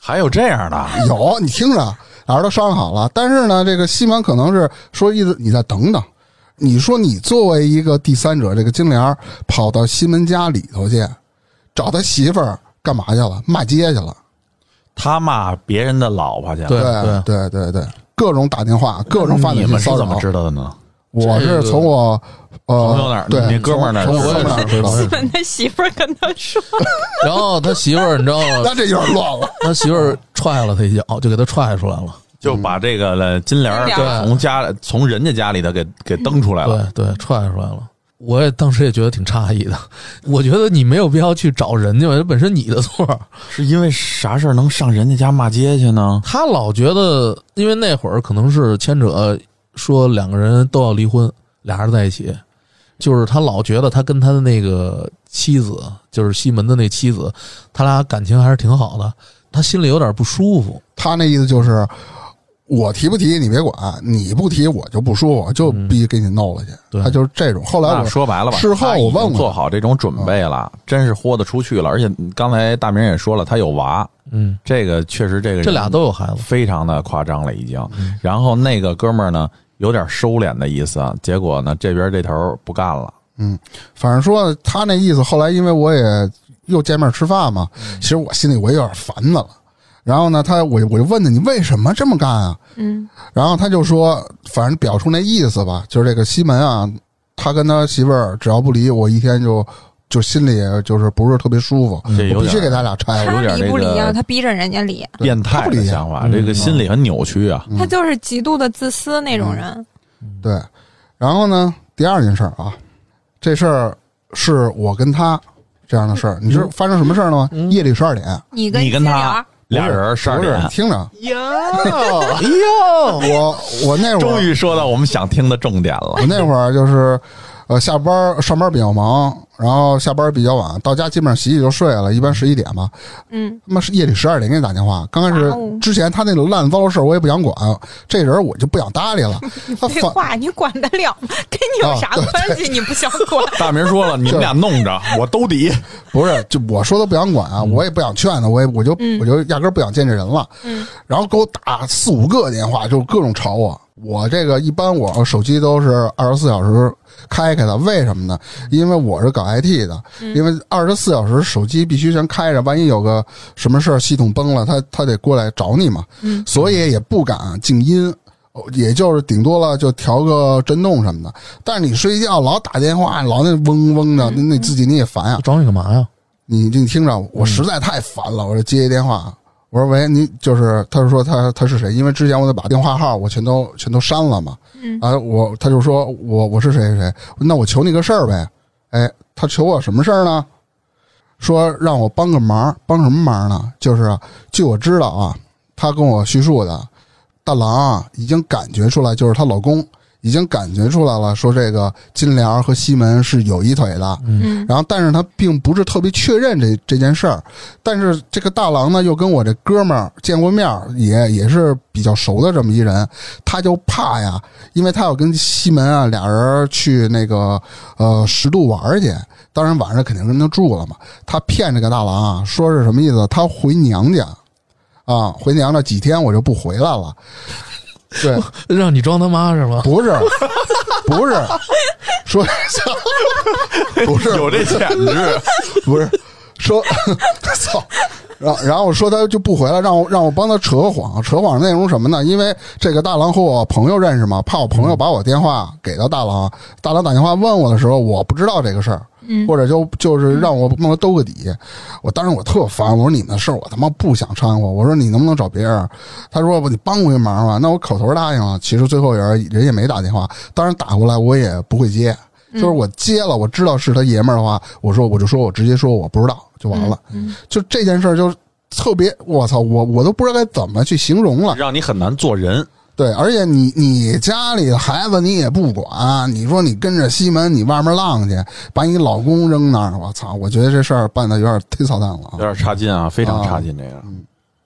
Speaker 2: 还有这样的，
Speaker 1: 有，你听着，俩人都商量好了。但是呢，这个西门可能是说意思，你再等等。你说你作为一个第三者，这个金莲儿跑到西门家里头去找他媳妇儿干嘛去了？骂街去了。
Speaker 2: 他骂别人的老婆去了。
Speaker 5: 对
Speaker 1: 对对对对，各种打电话，各种发
Speaker 2: 你
Speaker 1: 短信
Speaker 2: 们是
Speaker 1: 骚
Speaker 2: 怎么
Speaker 1: 扰。
Speaker 2: 知道的呢？
Speaker 1: 我是从我呃
Speaker 2: 朋友那儿
Speaker 1: 对，
Speaker 2: 你哥们儿那儿
Speaker 1: 从我
Speaker 2: 知
Speaker 1: 从
Speaker 2: 道
Speaker 1: 我哥们儿那儿知道的。
Speaker 3: 西门的媳妇儿跟他说，
Speaker 5: 然后他媳妇儿，你知道吗？
Speaker 1: 那这有点乱了。
Speaker 5: 他媳妇儿踹了他一脚，就给他踹出来了。
Speaker 2: 就把这个了金莲儿
Speaker 3: 金莲
Speaker 5: 儿
Speaker 2: 从家从人家家里头给给蹬出来了。
Speaker 5: 对对，踹出来了。我也当时也觉得挺诧异的，我觉得你没有必要去找人家，这本身你的错儿。
Speaker 2: 是因为啥事儿能上人家家骂街去呢？
Speaker 5: 他老觉得，因为那会儿可能是牵扯说两个人都要离婚，俩人在一起，就是他老觉得他跟他的那个妻子，就是西门的那妻子，他俩感情还是挺好的，他心里有点不舒服。
Speaker 1: 他那意思就是，我提不提你别管，你不提我就不舒服，就必须给你弄了去。
Speaker 5: 对
Speaker 1: 他就是这种。后来
Speaker 2: 嗯那
Speaker 1: 我
Speaker 2: 啊说白了吧，
Speaker 1: 事后
Speaker 2: 他已
Speaker 1: 我
Speaker 2: 经
Speaker 1: 问嗯问
Speaker 2: 做好这种准备了，真是豁得出去了。而且刚才大明也说了，他有娃，
Speaker 5: 嗯，
Speaker 2: 这个确实这个人
Speaker 5: 这俩都有孩子。
Speaker 2: 非常的夸张了已经。
Speaker 1: 嗯
Speaker 2: 然后那个哥们儿呢，有点收敛的意思，啊结果呢这边这头不干了，
Speaker 1: 反正说他那意思，后来因为我也又见面吃饭嘛，
Speaker 2: 嗯
Speaker 1: 其实我心里我也有点烦他了。然后呢，他我我就问他你为什么这么干啊？
Speaker 3: 嗯，
Speaker 1: 然后他就说，反正表出那意思吧，就是这个西门啊，他跟他媳妇儿只要不离，我一天就就心里就是不是特别舒服，
Speaker 2: 嗯这有
Speaker 1: 我必须给
Speaker 2: 点
Speaker 1: 他俩拆了。
Speaker 3: 他
Speaker 2: 有点
Speaker 3: 离不
Speaker 2: 这个
Speaker 3: 离啊？他逼着人家离，
Speaker 2: 变态
Speaker 1: 他不
Speaker 2: 的
Speaker 1: 理解
Speaker 2: 想法，
Speaker 5: 嗯
Speaker 2: 这个心理很扭曲啊。
Speaker 1: 嗯
Speaker 3: 他就是极度的自私那种人。
Speaker 1: 对，然后呢，第二件事儿啊，这事儿是我跟他这样的事儿，你
Speaker 2: 嗯
Speaker 1: 知道发生什么事儿了吗？夜里十二点，
Speaker 3: 你跟
Speaker 2: 你跟
Speaker 3: 金莲
Speaker 2: 他
Speaker 3: 儿
Speaker 2: 俩人十二
Speaker 1: 不是你
Speaker 2: 点，
Speaker 1: 听着，
Speaker 5: 哟，
Speaker 1: 我我那会儿
Speaker 2: 终于说到我们想听的重点了
Speaker 1: 我。那会儿就是，呃，下班儿上班比较忙，然后下班儿比较晚，到家基本上洗洗就睡了，一般十一点吧。
Speaker 3: 嗯，
Speaker 1: 他妈是夜里十二点给你打电话，刚开始
Speaker 3: 哇哦
Speaker 1: 之前他那种烂糟的事儿我也不想管，这人我就不想搭理 了。他
Speaker 3: 废
Speaker 1: 反
Speaker 3: 话，你管得了吗？跟你有啥
Speaker 1: 啊对
Speaker 3: 关系？你不想管？
Speaker 2: 大明说了，你们俩弄着，我兜底。
Speaker 1: 不是就我说都不想管啊，我也不想劝他，我也我就、
Speaker 3: 嗯
Speaker 1: 我就压根儿不想见这人了。
Speaker 3: 嗯，
Speaker 1: 然后给我打四五个电话，就各种吵我。我这个一般我手机都是二十四小时开开的，为什么呢？因为我是搞 IT 的，
Speaker 3: 嗯
Speaker 1: 因为二十四小时手机必须全开着，万一有个什么事儿系统崩了，他他得过来找你嘛。
Speaker 3: 嗯，
Speaker 1: 所以也不敢静音，哦也就是顶多了就调个震动什么的。但是你睡觉老打电话，老那嗡嗡的，那那自己你也烦啊。
Speaker 5: 找你干嘛呀？
Speaker 1: 你你听着，我实在太烦了，我就接一电话，我说喂，你就是，他就说他他是谁？因为之前我得把电话号我全都全都删了嘛，
Speaker 3: 嗯
Speaker 1: 啊，我他就说我我是谁谁谁，那我求你个事儿呗，哎，他求我什么事儿呢？说让我帮个忙，帮什么忙呢？就是据我知道啊，他跟我叙述的，大郎啊已经感觉出来，就是她老公已经感觉出来了，说这个金莲儿和西门是有一腿的，
Speaker 3: 嗯
Speaker 1: 然后但是他并不是特别确认这这件事儿，但是这个大郎呢又跟我这哥们儿见过面儿，也也是比较熟的这么一人，他就怕呀，因为他要跟西门啊俩人去那个呃十渡玩儿去，当然晚上肯定跟他住了嘛，他骗这个大郎啊，说是什么意思？他回娘家啊，回娘家几天我就不回来了，对，
Speaker 5: 让你装他妈是吗？
Speaker 1: 不是，不是，说 不是
Speaker 2: 有这潜质，
Speaker 1: 不是说，操，然后然后说他就不回来，让我让我帮他扯谎，扯谎内容什么呢？因为这个大郎和我朋友认识嘛，怕我朋友把我电话给到大郎，大郎打电话问我的时候，我不知道这个事儿，
Speaker 3: 嗯
Speaker 1: 或者就就是让我帮他兜个底。我当时我特烦，我说你们的事儿我他妈不想掺和，我说你能不能找别人？他说不，你帮我一忙吧。那我口头答应了，其实最后人人也没打电话，当然打过来我也不会接。
Speaker 3: 嗯
Speaker 1: 就是我接了，我知道是他爷们儿的话，我说我就说我直接说我不知道就完了。
Speaker 3: 嗯
Speaker 1: 就这件事儿就特别，我操，我我都不知道该怎么去形容了。
Speaker 2: 让你很难做人。
Speaker 1: 对，而且你你家里的孩子你也不管，你说你跟着西门你外面浪去，把你老公扔那儿，我操，我觉得这事儿办的有点忒操蛋了啊。
Speaker 2: 有点差劲啊，非常差劲这个。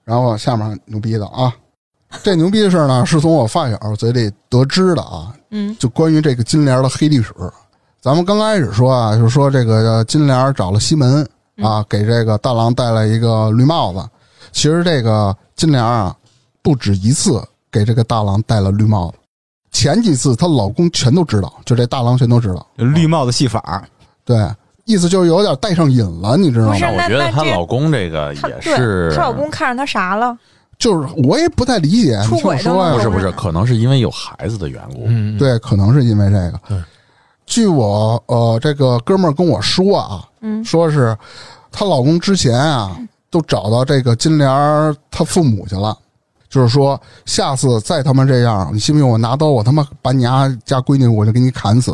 Speaker 1: 然后下面牛逼的啊，这牛逼的事儿呢是从我发小嘴里得知的啊，
Speaker 3: 嗯
Speaker 1: 就关于这个金莲的黑历史。咱们刚开始说啊，就是说这个金莲找了西门
Speaker 3: 嗯
Speaker 1: 啊，给这个大郎戴了一个绿帽子。其实这个金莲啊，不止一次给这个大郎戴了绿帽子。前几次她老公全都知道，就这大郎全都知道。
Speaker 6: 绿帽子戏法，
Speaker 1: 对，意思就是有点带上瘾了，你知道吗
Speaker 3: 不是？
Speaker 2: 那我觉得
Speaker 3: 那
Speaker 2: 她
Speaker 3: 这
Speaker 2: 老公这个
Speaker 3: 她
Speaker 2: 也是
Speaker 3: 对，她老公看上她啥了？
Speaker 1: 就是我也不太理解，
Speaker 3: 出
Speaker 1: 你听我
Speaker 3: 轨
Speaker 1: 说
Speaker 3: 的
Speaker 1: 呀、
Speaker 3: 吗
Speaker 2: 不是不是，可能是因为有孩子的缘故。
Speaker 5: 嗯，
Speaker 1: 对，可能是因为这个。
Speaker 5: 对
Speaker 1: 据我呃这个哥们儿跟我说啊，
Speaker 3: 嗯
Speaker 1: 说是她老公之前啊都找到这个金莲儿她父母去了，就是说下次再他妈这样，你信不信我拿刀我他妈把你家家闺女我就给你砍死，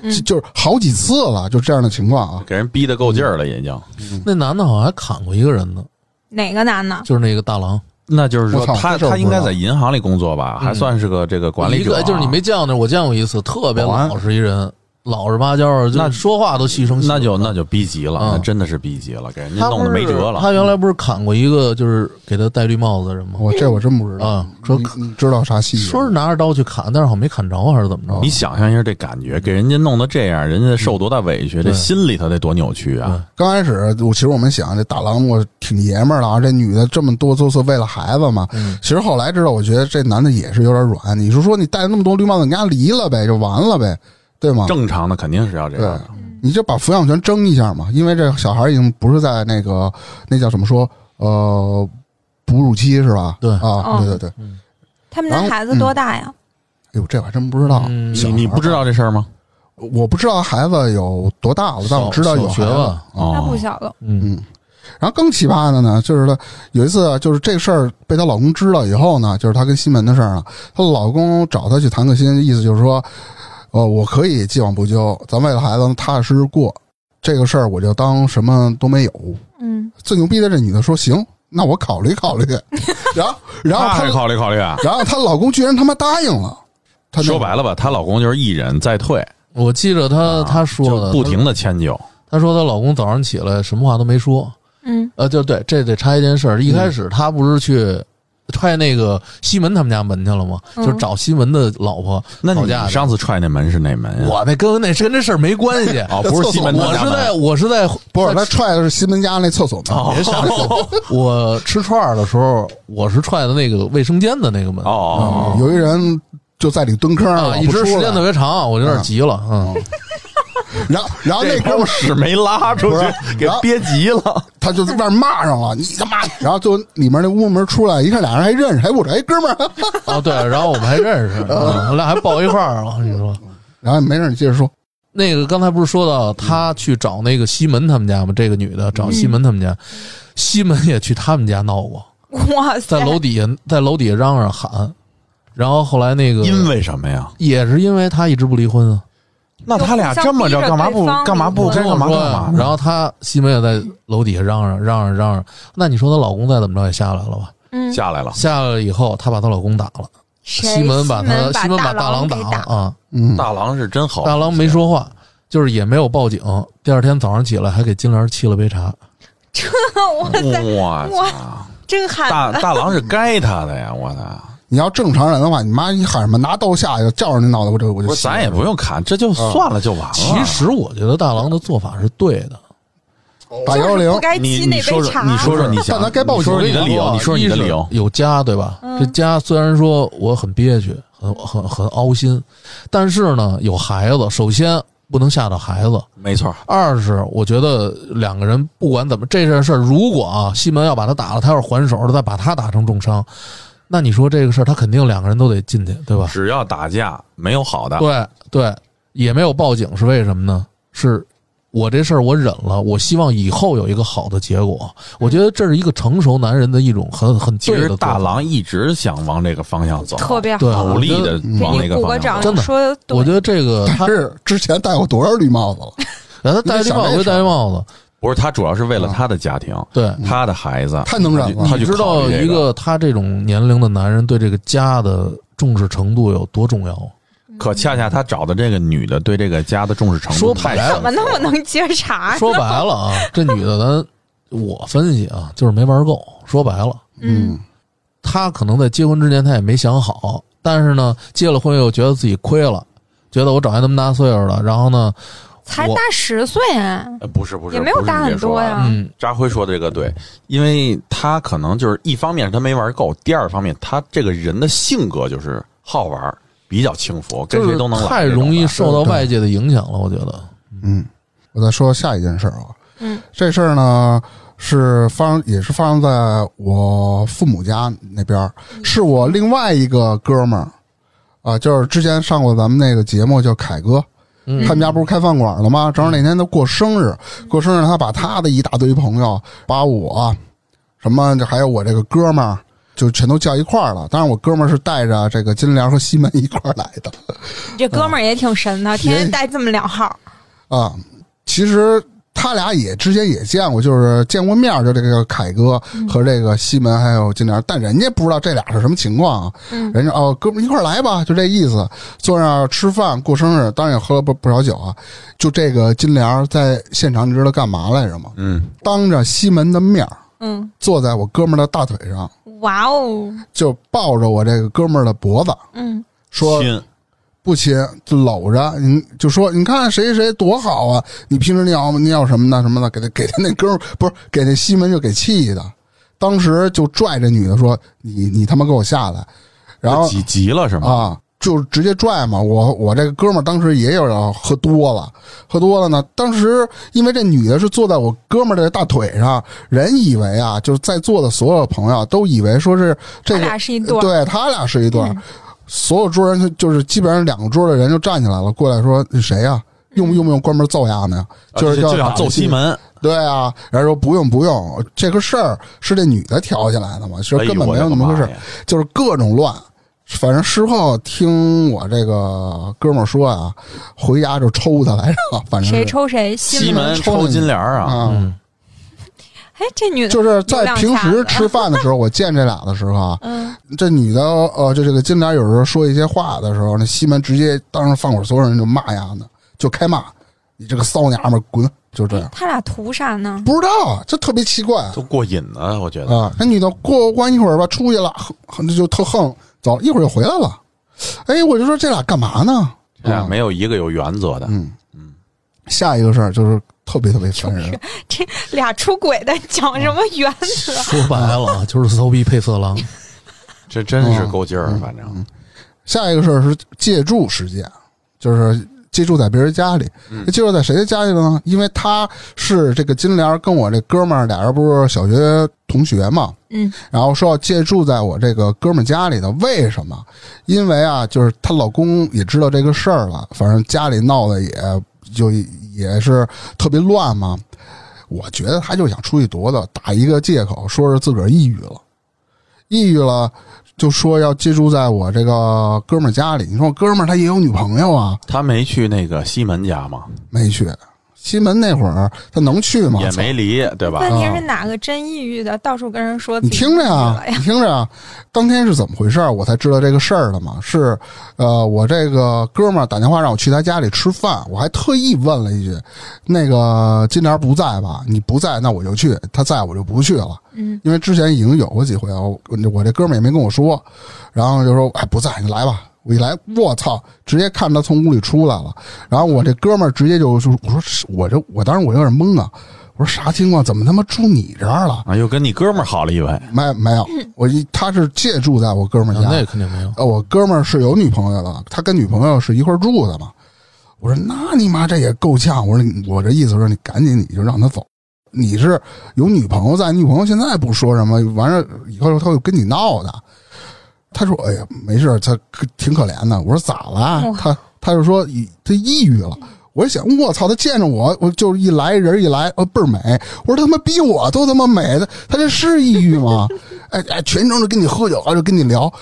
Speaker 3: 嗯
Speaker 1: 就就是好几次了，就这样的情况啊。
Speaker 2: 给人逼得够劲儿了，已经。
Speaker 5: 那男的好像还砍过一个人呢，
Speaker 3: 哪个男的？
Speaker 5: 就是那个大郎，
Speaker 2: 那就是说
Speaker 1: 我操，
Speaker 2: 他
Speaker 1: 这事儿我
Speaker 2: 他
Speaker 1: 不
Speaker 2: 应该
Speaker 1: 知道
Speaker 2: 在银行里工作吧，还算是个这个管理
Speaker 5: 一
Speaker 2: 者啊。
Speaker 5: 个就是你没见过那，我见过一次，特别
Speaker 6: 保安
Speaker 5: 老实一人，老实巴交，就
Speaker 2: 那
Speaker 5: 是说话都细声细语。
Speaker 2: 那就那就逼急了，
Speaker 5: 嗯
Speaker 2: 那真的是逼急了，给人家
Speaker 5: 他不
Speaker 2: 弄
Speaker 5: 是
Speaker 2: 得没辙了。嗯
Speaker 5: 他原来不是砍过一个，就是给他戴绿帽子的人吗？
Speaker 1: 我这我真不知道
Speaker 5: 啊说
Speaker 1: 你你知道啥细
Speaker 2: 嗯
Speaker 1: 节？
Speaker 5: 说是拿着刀去砍，但是好像没砍着，还是怎么着？
Speaker 2: 你想象一下这感觉，给人家弄得这样，人家受多大委屈，这
Speaker 5: 对
Speaker 2: 心里头得多扭曲啊！
Speaker 1: 刚开始，我其实我们想，这大郎我挺爷们儿的啊，这女的这么多做次为了孩子嘛。
Speaker 5: 嗯
Speaker 1: 其实后来知道，我觉得这男的也是有点软。你是说你戴那么多绿帽子，你跟他离了呗，就完了呗，对吗？
Speaker 2: 正常的肯定是要这样的。
Speaker 1: 你就把抚养权争一下嘛，因为这小孩已经不是在那个那叫什么说呃哺乳期是吧？
Speaker 5: 对
Speaker 1: 啊，
Speaker 3: 嗯
Speaker 1: 对对对。
Speaker 3: 他们家
Speaker 1: 然后
Speaker 3: 孩子多大呀？
Speaker 1: 哎呦，这我还真不知道。
Speaker 5: 嗯
Speaker 1: 小
Speaker 2: 你
Speaker 1: 孩
Speaker 2: 你不知道这事儿吗？
Speaker 1: 我不知道孩子有多大了，但我
Speaker 5: 小
Speaker 1: 知道有
Speaker 5: 小
Speaker 1: 孩
Speaker 5: 学
Speaker 1: 子。
Speaker 5: 吧
Speaker 3: 那不
Speaker 2: 哦，
Speaker 3: 小了。
Speaker 5: 嗯，
Speaker 1: 然后更奇葩的呢，就是她有一次，就是这事儿被她老公知道以后呢，就是她跟西门的事儿啊，她老公找她去谈个心，意思就是说，呃，我可以既往不咎，咱为了孩子能踏踏实实过这个事儿，我就当什么都没有。
Speaker 3: 嗯，
Speaker 1: 最牛逼的这女的说，行，那我考虑考虑。 然后，然后
Speaker 2: 那还
Speaker 1: 她，
Speaker 2: 考虑考虑啊。
Speaker 1: 然后她老公居然他妈答应了。她那
Speaker 2: 说白了吧，她老公就是一忍再退，
Speaker 5: 我记着她
Speaker 2: 啊
Speaker 5: 她呃说的，
Speaker 2: 就不停的迁就。
Speaker 5: 她说她老公早上起来什么话都没说，
Speaker 3: 嗯
Speaker 5: 呃，就对，这得插一件事儿。一
Speaker 2: 嗯
Speaker 5: 开始她不是去踹那个西门他们家门去了吗？
Speaker 3: 嗯
Speaker 5: 就是找西门的老婆
Speaker 2: 那
Speaker 5: 吵
Speaker 2: 你
Speaker 5: 架去。
Speaker 2: 上次踹那门是哪门呀？
Speaker 5: 我那跟那是跟这事儿没关系
Speaker 2: 哦，不是西门他
Speaker 5: 我
Speaker 2: 家
Speaker 5: 是
Speaker 2: 门啊
Speaker 5: 在我是在
Speaker 1: 不是
Speaker 5: 在
Speaker 1: 她踹的是西门家那厕所门，
Speaker 2: 哦
Speaker 5: 别瞎说。我吃串儿的时候，我是踹的那个卫生间的那个门
Speaker 2: 哦哦，哦
Speaker 1: 嗯有一人就在里蹲坑
Speaker 5: 啊，
Speaker 1: 了，
Speaker 5: 一
Speaker 1: 不
Speaker 5: 直
Speaker 1: 出
Speaker 5: 时间
Speaker 1: 来
Speaker 5: 特别长，我有点急了。嗯，
Speaker 2: 哦
Speaker 1: 然后，然后那哥们儿
Speaker 2: 屎没拉出
Speaker 1: 不是
Speaker 2: 去，给
Speaker 1: 然后
Speaker 2: 憋急了。
Speaker 1: 他就在外面骂上了，你他妈！然后就里面那屋门出来一看，俩人还认识，还捂着，哎，哥们儿。
Speaker 5: 哦对，然后我们还认识，嗯
Speaker 2: 哦
Speaker 5: 我们俩还抱一块儿了。你说
Speaker 1: 然后没事，你接着说。
Speaker 5: 那个刚才不是说到她去找那个西门他们家吗？这个女的找西门他们
Speaker 2: 嗯
Speaker 5: 家，西门也去他们家闹过，
Speaker 3: 哇塞
Speaker 5: 在，楼底下在楼底下嚷嚷喊，然后后来那个
Speaker 2: 因为什么呀？
Speaker 5: 也是因为她一直不离婚啊，
Speaker 2: 那
Speaker 3: 就
Speaker 2: 他俩这么着，
Speaker 3: 互相逼着
Speaker 2: 干嘛不
Speaker 3: 对方
Speaker 2: 干嘛不
Speaker 3: 离
Speaker 2: 该
Speaker 5: 跟我
Speaker 2: 干嘛
Speaker 5: 说
Speaker 2: 干
Speaker 5: 呀
Speaker 2: 嘛？
Speaker 5: 然后她西门也在楼底下嚷嚷嚷嚷嚷嚷，那你说她老公再怎么着也下来了吧？
Speaker 3: 嗯，
Speaker 2: 下来了，
Speaker 5: 下来了以后，她把她老公打了，
Speaker 3: 谁
Speaker 5: 西门把
Speaker 3: 西门
Speaker 5: 她西门把
Speaker 3: 大
Speaker 5: 大郎
Speaker 3: 给
Speaker 5: 了
Speaker 3: 打，
Speaker 5: 啊，
Speaker 1: 嗯，
Speaker 2: 大郎是真好，
Speaker 5: 大郎没说话，就是也没有报警。第二天早上起来还给金莲沏了杯茶，
Speaker 3: 我
Speaker 2: 哇
Speaker 3: 哇
Speaker 2: 操！
Speaker 3: 真啊喊
Speaker 2: 大大郎是该他的呀，我操！
Speaker 1: 你要正常人的话，你妈一喊什么拿刀下去，叫上你脑袋，我这我就
Speaker 2: 不是，
Speaker 1: 信了
Speaker 2: 咱也不用砍，这就算了就完了。
Speaker 5: 其实我觉觉得大郎的做法是对的。
Speaker 1: 打
Speaker 3: 就
Speaker 1: 幺幺
Speaker 3: 是不
Speaker 1: 零。
Speaker 3: 该
Speaker 2: 你
Speaker 3: 沏
Speaker 2: 你
Speaker 3: 那
Speaker 2: 说
Speaker 3: 杯
Speaker 2: 说
Speaker 3: 茶，啊
Speaker 2: 你说说你想，
Speaker 1: 但他该报
Speaker 2: 你
Speaker 1: 警
Speaker 2: 说说你的
Speaker 5: 我
Speaker 2: 理由，你说说你的
Speaker 5: 一是
Speaker 2: 理由。
Speaker 5: 有家对吧？
Speaker 3: 嗯
Speaker 5: 这家虽然说我很憋屈，很很很凹心，但是呢，有孩子，首先不能吓到孩子。
Speaker 2: 没错，
Speaker 5: 二是我觉得两个人不管怎么这件事儿，如果啊西门要把他打了，他要是还手了，再把他打成重伤，那你说这个事儿他肯定两个人都得进去，对吧？
Speaker 2: 只要打架没有好的，
Speaker 5: 对对，也没有报警是为什么呢？是我这事儿我忍了，我希望以后有一个好的结果。我觉得这是一个成熟男人的一种很很
Speaker 2: 其
Speaker 5: 对的
Speaker 2: 实
Speaker 5: 做法
Speaker 2: 大郎一直想往这个方向走，
Speaker 3: 特别
Speaker 5: 对
Speaker 3: 好，
Speaker 2: 努力的往
Speaker 3: 给
Speaker 2: 那
Speaker 3: 你
Speaker 2: 个
Speaker 3: 鼓个
Speaker 2: 方向
Speaker 3: 掌，
Speaker 2: 走。
Speaker 5: 真的
Speaker 3: 说对
Speaker 5: 我觉得这个他
Speaker 1: 但是之前戴过多少绿帽子了？
Speaker 5: 给他戴绿帽子就戴绿帽子，
Speaker 2: 不是他主要是为了他的家庭，
Speaker 5: 对。
Speaker 2: 他的孩子，
Speaker 1: 太能忍了
Speaker 2: 他
Speaker 5: 你
Speaker 2: 就
Speaker 5: 知道一
Speaker 2: 个
Speaker 5: 个他这种年龄的男人对这个家的重视程度有多重要吗？
Speaker 2: 可恰恰他找的这个女的对这个家的重视程度
Speaker 5: 说
Speaker 2: 太
Speaker 5: 白了
Speaker 3: 怎么那么能接茬？
Speaker 5: 说白了啊，这女的咱我分析啊，就是没玩够。说白了，
Speaker 3: 嗯，
Speaker 5: 她可能在结婚之前她也没想好，但是呢，结了婚又觉得自己亏了，觉得我长一那么大岁数了，然后呢，
Speaker 3: 才
Speaker 5: 我
Speaker 3: 大十岁啊，
Speaker 2: 呃不是不是，
Speaker 3: 也没有
Speaker 2: 不是
Speaker 3: 大
Speaker 2: 你别
Speaker 3: 很多
Speaker 2: 说啊
Speaker 3: 呀。
Speaker 5: 嗯，
Speaker 2: 扎辉说的这个对，因为他可能就是一方面是他没玩够，第二方面他这个人的性格就是好玩，比较轻浮，跟谁都能玩。
Speaker 5: 就是太容易受到外界的影响了。我觉 得，
Speaker 1: 嗯，我再说下一件事儿啊，
Speaker 3: 嗯，
Speaker 1: 这事儿呢是发生，也是发生在我父母家那边儿，是我另外一个哥们儿啊、就是之前上过咱们那个节目叫凯哥，
Speaker 5: 嗯
Speaker 1: 他们家不是开饭馆了吗？正好那天他过生日，过生日他把他的一大堆朋友，把我什么，就还有我这个哥们儿。就全都叫一块儿了，当然我哥们儿是带着这个金莲和西门一块儿来的，
Speaker 3: 你这哥们儿也挺神的，天天带这么两号，
Speaker 1: 啊，其实他俩也之前也见过，就是见过面儿，就这个凯哥和这个西门还有金莲，但人家不知道这俩是什么情况啊。
Speaker 3: 嗯
Speaker 1: 人家哦，哥们儿一块儿来吧，就这意思，坐那儿吃饭过生日，当然也喝了不不少酒啊。就这个金莲在现场，你知道干嘛来着吗？
Speaker 2: 嗯，
Speaker 1: 当着西门的面儿
Speaker 3: 嗯，
Speaker 1: 坐在我哥们儿的大腿上，
Speaker 3: 哇哦，
Speaker 1: 就抱着我这个哥们儿的脖子，
Speaker 3: 嗯，
Speaker 1: 说
Speaker 2: 亲
Speaker 1: 不亲，就搂着，你就说，你看谁谁多好啊！你平时那要那要什么的什么的，给他给他那哥们儿不是给那西门就给气的，当时就拽这女的说：“你你他妈给我下来！”然后
Speaker 2: 急急了是吗？
Speaker 1: 啊，就直接拽嘛。我我这个哥们儿当时也有点喝多了，喝多了呢。当时因为这女的是坐在我哥们儿的大腿上，人以为啊，就是在座的所有朋友啊都以为说是这
Speaker 3: 他
Speaker 1: 个
Speaker 3: 俩是一对儿，
Speaker 1: 对他俩是一对儿，所有桌人就是基本上两个桌的人就站起来了，过来说你谁呀、用不用不用关门揍丫呢？
Speaker 2: 啊
Speaker 1: 就是
Speaker 2: 就
Speaker 1: 要
Speaker 2: 想
Speaker 1: 打
Speaker 2: 揍西。门，
Speaker 1: 对啊，然后说不用不用，这个事儿是这女的挑起来的嘛，其实
Speaker 2: 哎呦
Speaker 1: 根本没有那么回事
Speaker 2: 我
Speaker 1: 儿
Speaker 2: 的妈，呀
Speaker 1: 就是各种乱。反正事后听我这个哥们儿说啊，回家就抽他来着，反正
Speaker 3: 谁
Speaker 1: 是
Speaker 3: 抽谁，
Speaker 2: 西
Speaker 3: 西门。
Speaker 2: 门
Speaker 1: 抽你
Speaker 2: 抽金莲儿啊，
Speaker 1: 啊，
Speaker 5: 嗯，
Speaker 3: 哎，这女的，
Speaker 1: 就是在平时吃饭的时候，我见这俩的时候啊，
Speaker 3: 嗯，
Speaker 1: 这女的，呃，就这个金莲有时候说一些话的时候，那西门直接当着饭馆所有人就骂丫呢，就开骂，你这个骚娘们儿滚，就这样。
Speaker 3: 他俩图啥呢？
Speaker 1: 不知道，这特别奇怪啊
Speaker 2: 都过瘾呢，我觉得。
Speaker 1: 啊！那女的过关一会儿吧，出去了，哼，就特横，走一会儿就回来了。哎，我就说这俩干嘛呢？
Speaker 2: 这俩
Speaker 1: 啊
Speaker 2: 哎没有一个有原则的，
Speaker 1: 嗯下一个事儿就是特别特别烦人，
Speaker 3: 这俩出轨的讲什么原则？
Speaker 5: 说白了啊，就是骚逼配色狼，
Speaker 2: 这真是够劲儿，啊
Speaker 1: 嗯
Speaker 2: 反正
Speaker 1: 下一个事儿是借住事件，就是借住在别人家里。那借住在谁的家里呢？因为他是这个金莲儿跟我这哥们儿俩人不是小学同学嘛，
Speaker 3: 嗯，
Speaker 1: 然后说要借住在我这个哥们儿家里的。为什么？因为啊，就是她老公也知道这个事儿了，反正家里闹的也就也是特别乱嘛。我觉得她就想出去躲躲，打一个借口，说是自个儿抑郁了，抑郁了。就说要借住在我这个哥们儿家里，你说我哥们儿他也有女朋友啊，
Speaker 2: 他没去那个西门家嘛，
Speaker 1: 没去。西门那会儿他能去吗？
Speaker 2: 也没离，对吧？
Speaker 3: 问题是哪个真抑郁的，到处跟人说自
Speaker 1: 你
Speaker 3: 己
Speaker 1: 听着啊呀你
Speaker 3: 抑，郁了呀
Speaker 1: 听着呀，当天是怎么回事儿，我才知道这个事儿的嘛。是，呃，我这个哥们儿打电话让我去他家里吃饭，我还特意问了一句，那个金莲不在吧？你不在，那我就去；他在我就不去了。
Speaker 3: 嗯，
Speaker 1: 因为之前已经有过几回啊，我我这哥们儿也没跟我说，然后就说哎不在，你来吧。我一来，我操！直接看他从屋里出来了，然后我这哥们儿直接就就我说是我这我当时我有点懵啊，我说啥情况？怎么他妈住你这儿了？
Speaker 2: 啊，又跟你哥们儿好了一回，
Speaker 1: 没没有，我一他是借住在我哥们儿家，
Speaker 5: 那肯定没有。
Speaker 1: 呃，我哥们儿是有女朋友的，他跟女朋友是一块儿住的嘛。我说那你妈这也够呛。我说你我这意思是你赶紧你就让他走。你是有女朋友在，女朋友现在不说什么，完了以后他会跟你闹的。他说：“哎呀，没事儿，他可挺可怜的。”我说：“咋了
Speaker 3: 哇？”
Speaker 1: 他他就说以：“他抑郁了。”我一想，我操，他见着我，我就是一来人一来，呃，倍儿美。我说他妈逼我都他妈美的，他这是抑郁吗？ 哎哎，全程就跟你喝酒，啊，就跟你聊。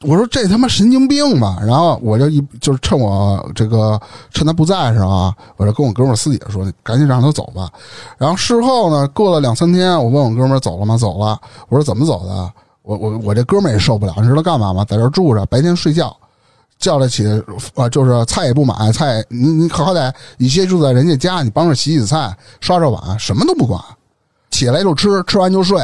Speaker 1: 我说这他妈神经病吧！然后我就一就是趁我这个趁他不在的时候啊，我就跟我哥们儿私底下说，赶紧让他走吧。然后事后呢，过了两三天，我问我哥们儿走了吗？走了。我说怎么走的？我我我这哥们儿也受不了，你知道干嘛吗？在这儿住着，白天睡觉，叫得起啊，就是菜也不买，菜你你好歹你借住在人家家，你帮着洗洗菜、刷刷碗，什么都不管，起来就吃，吃完就睡。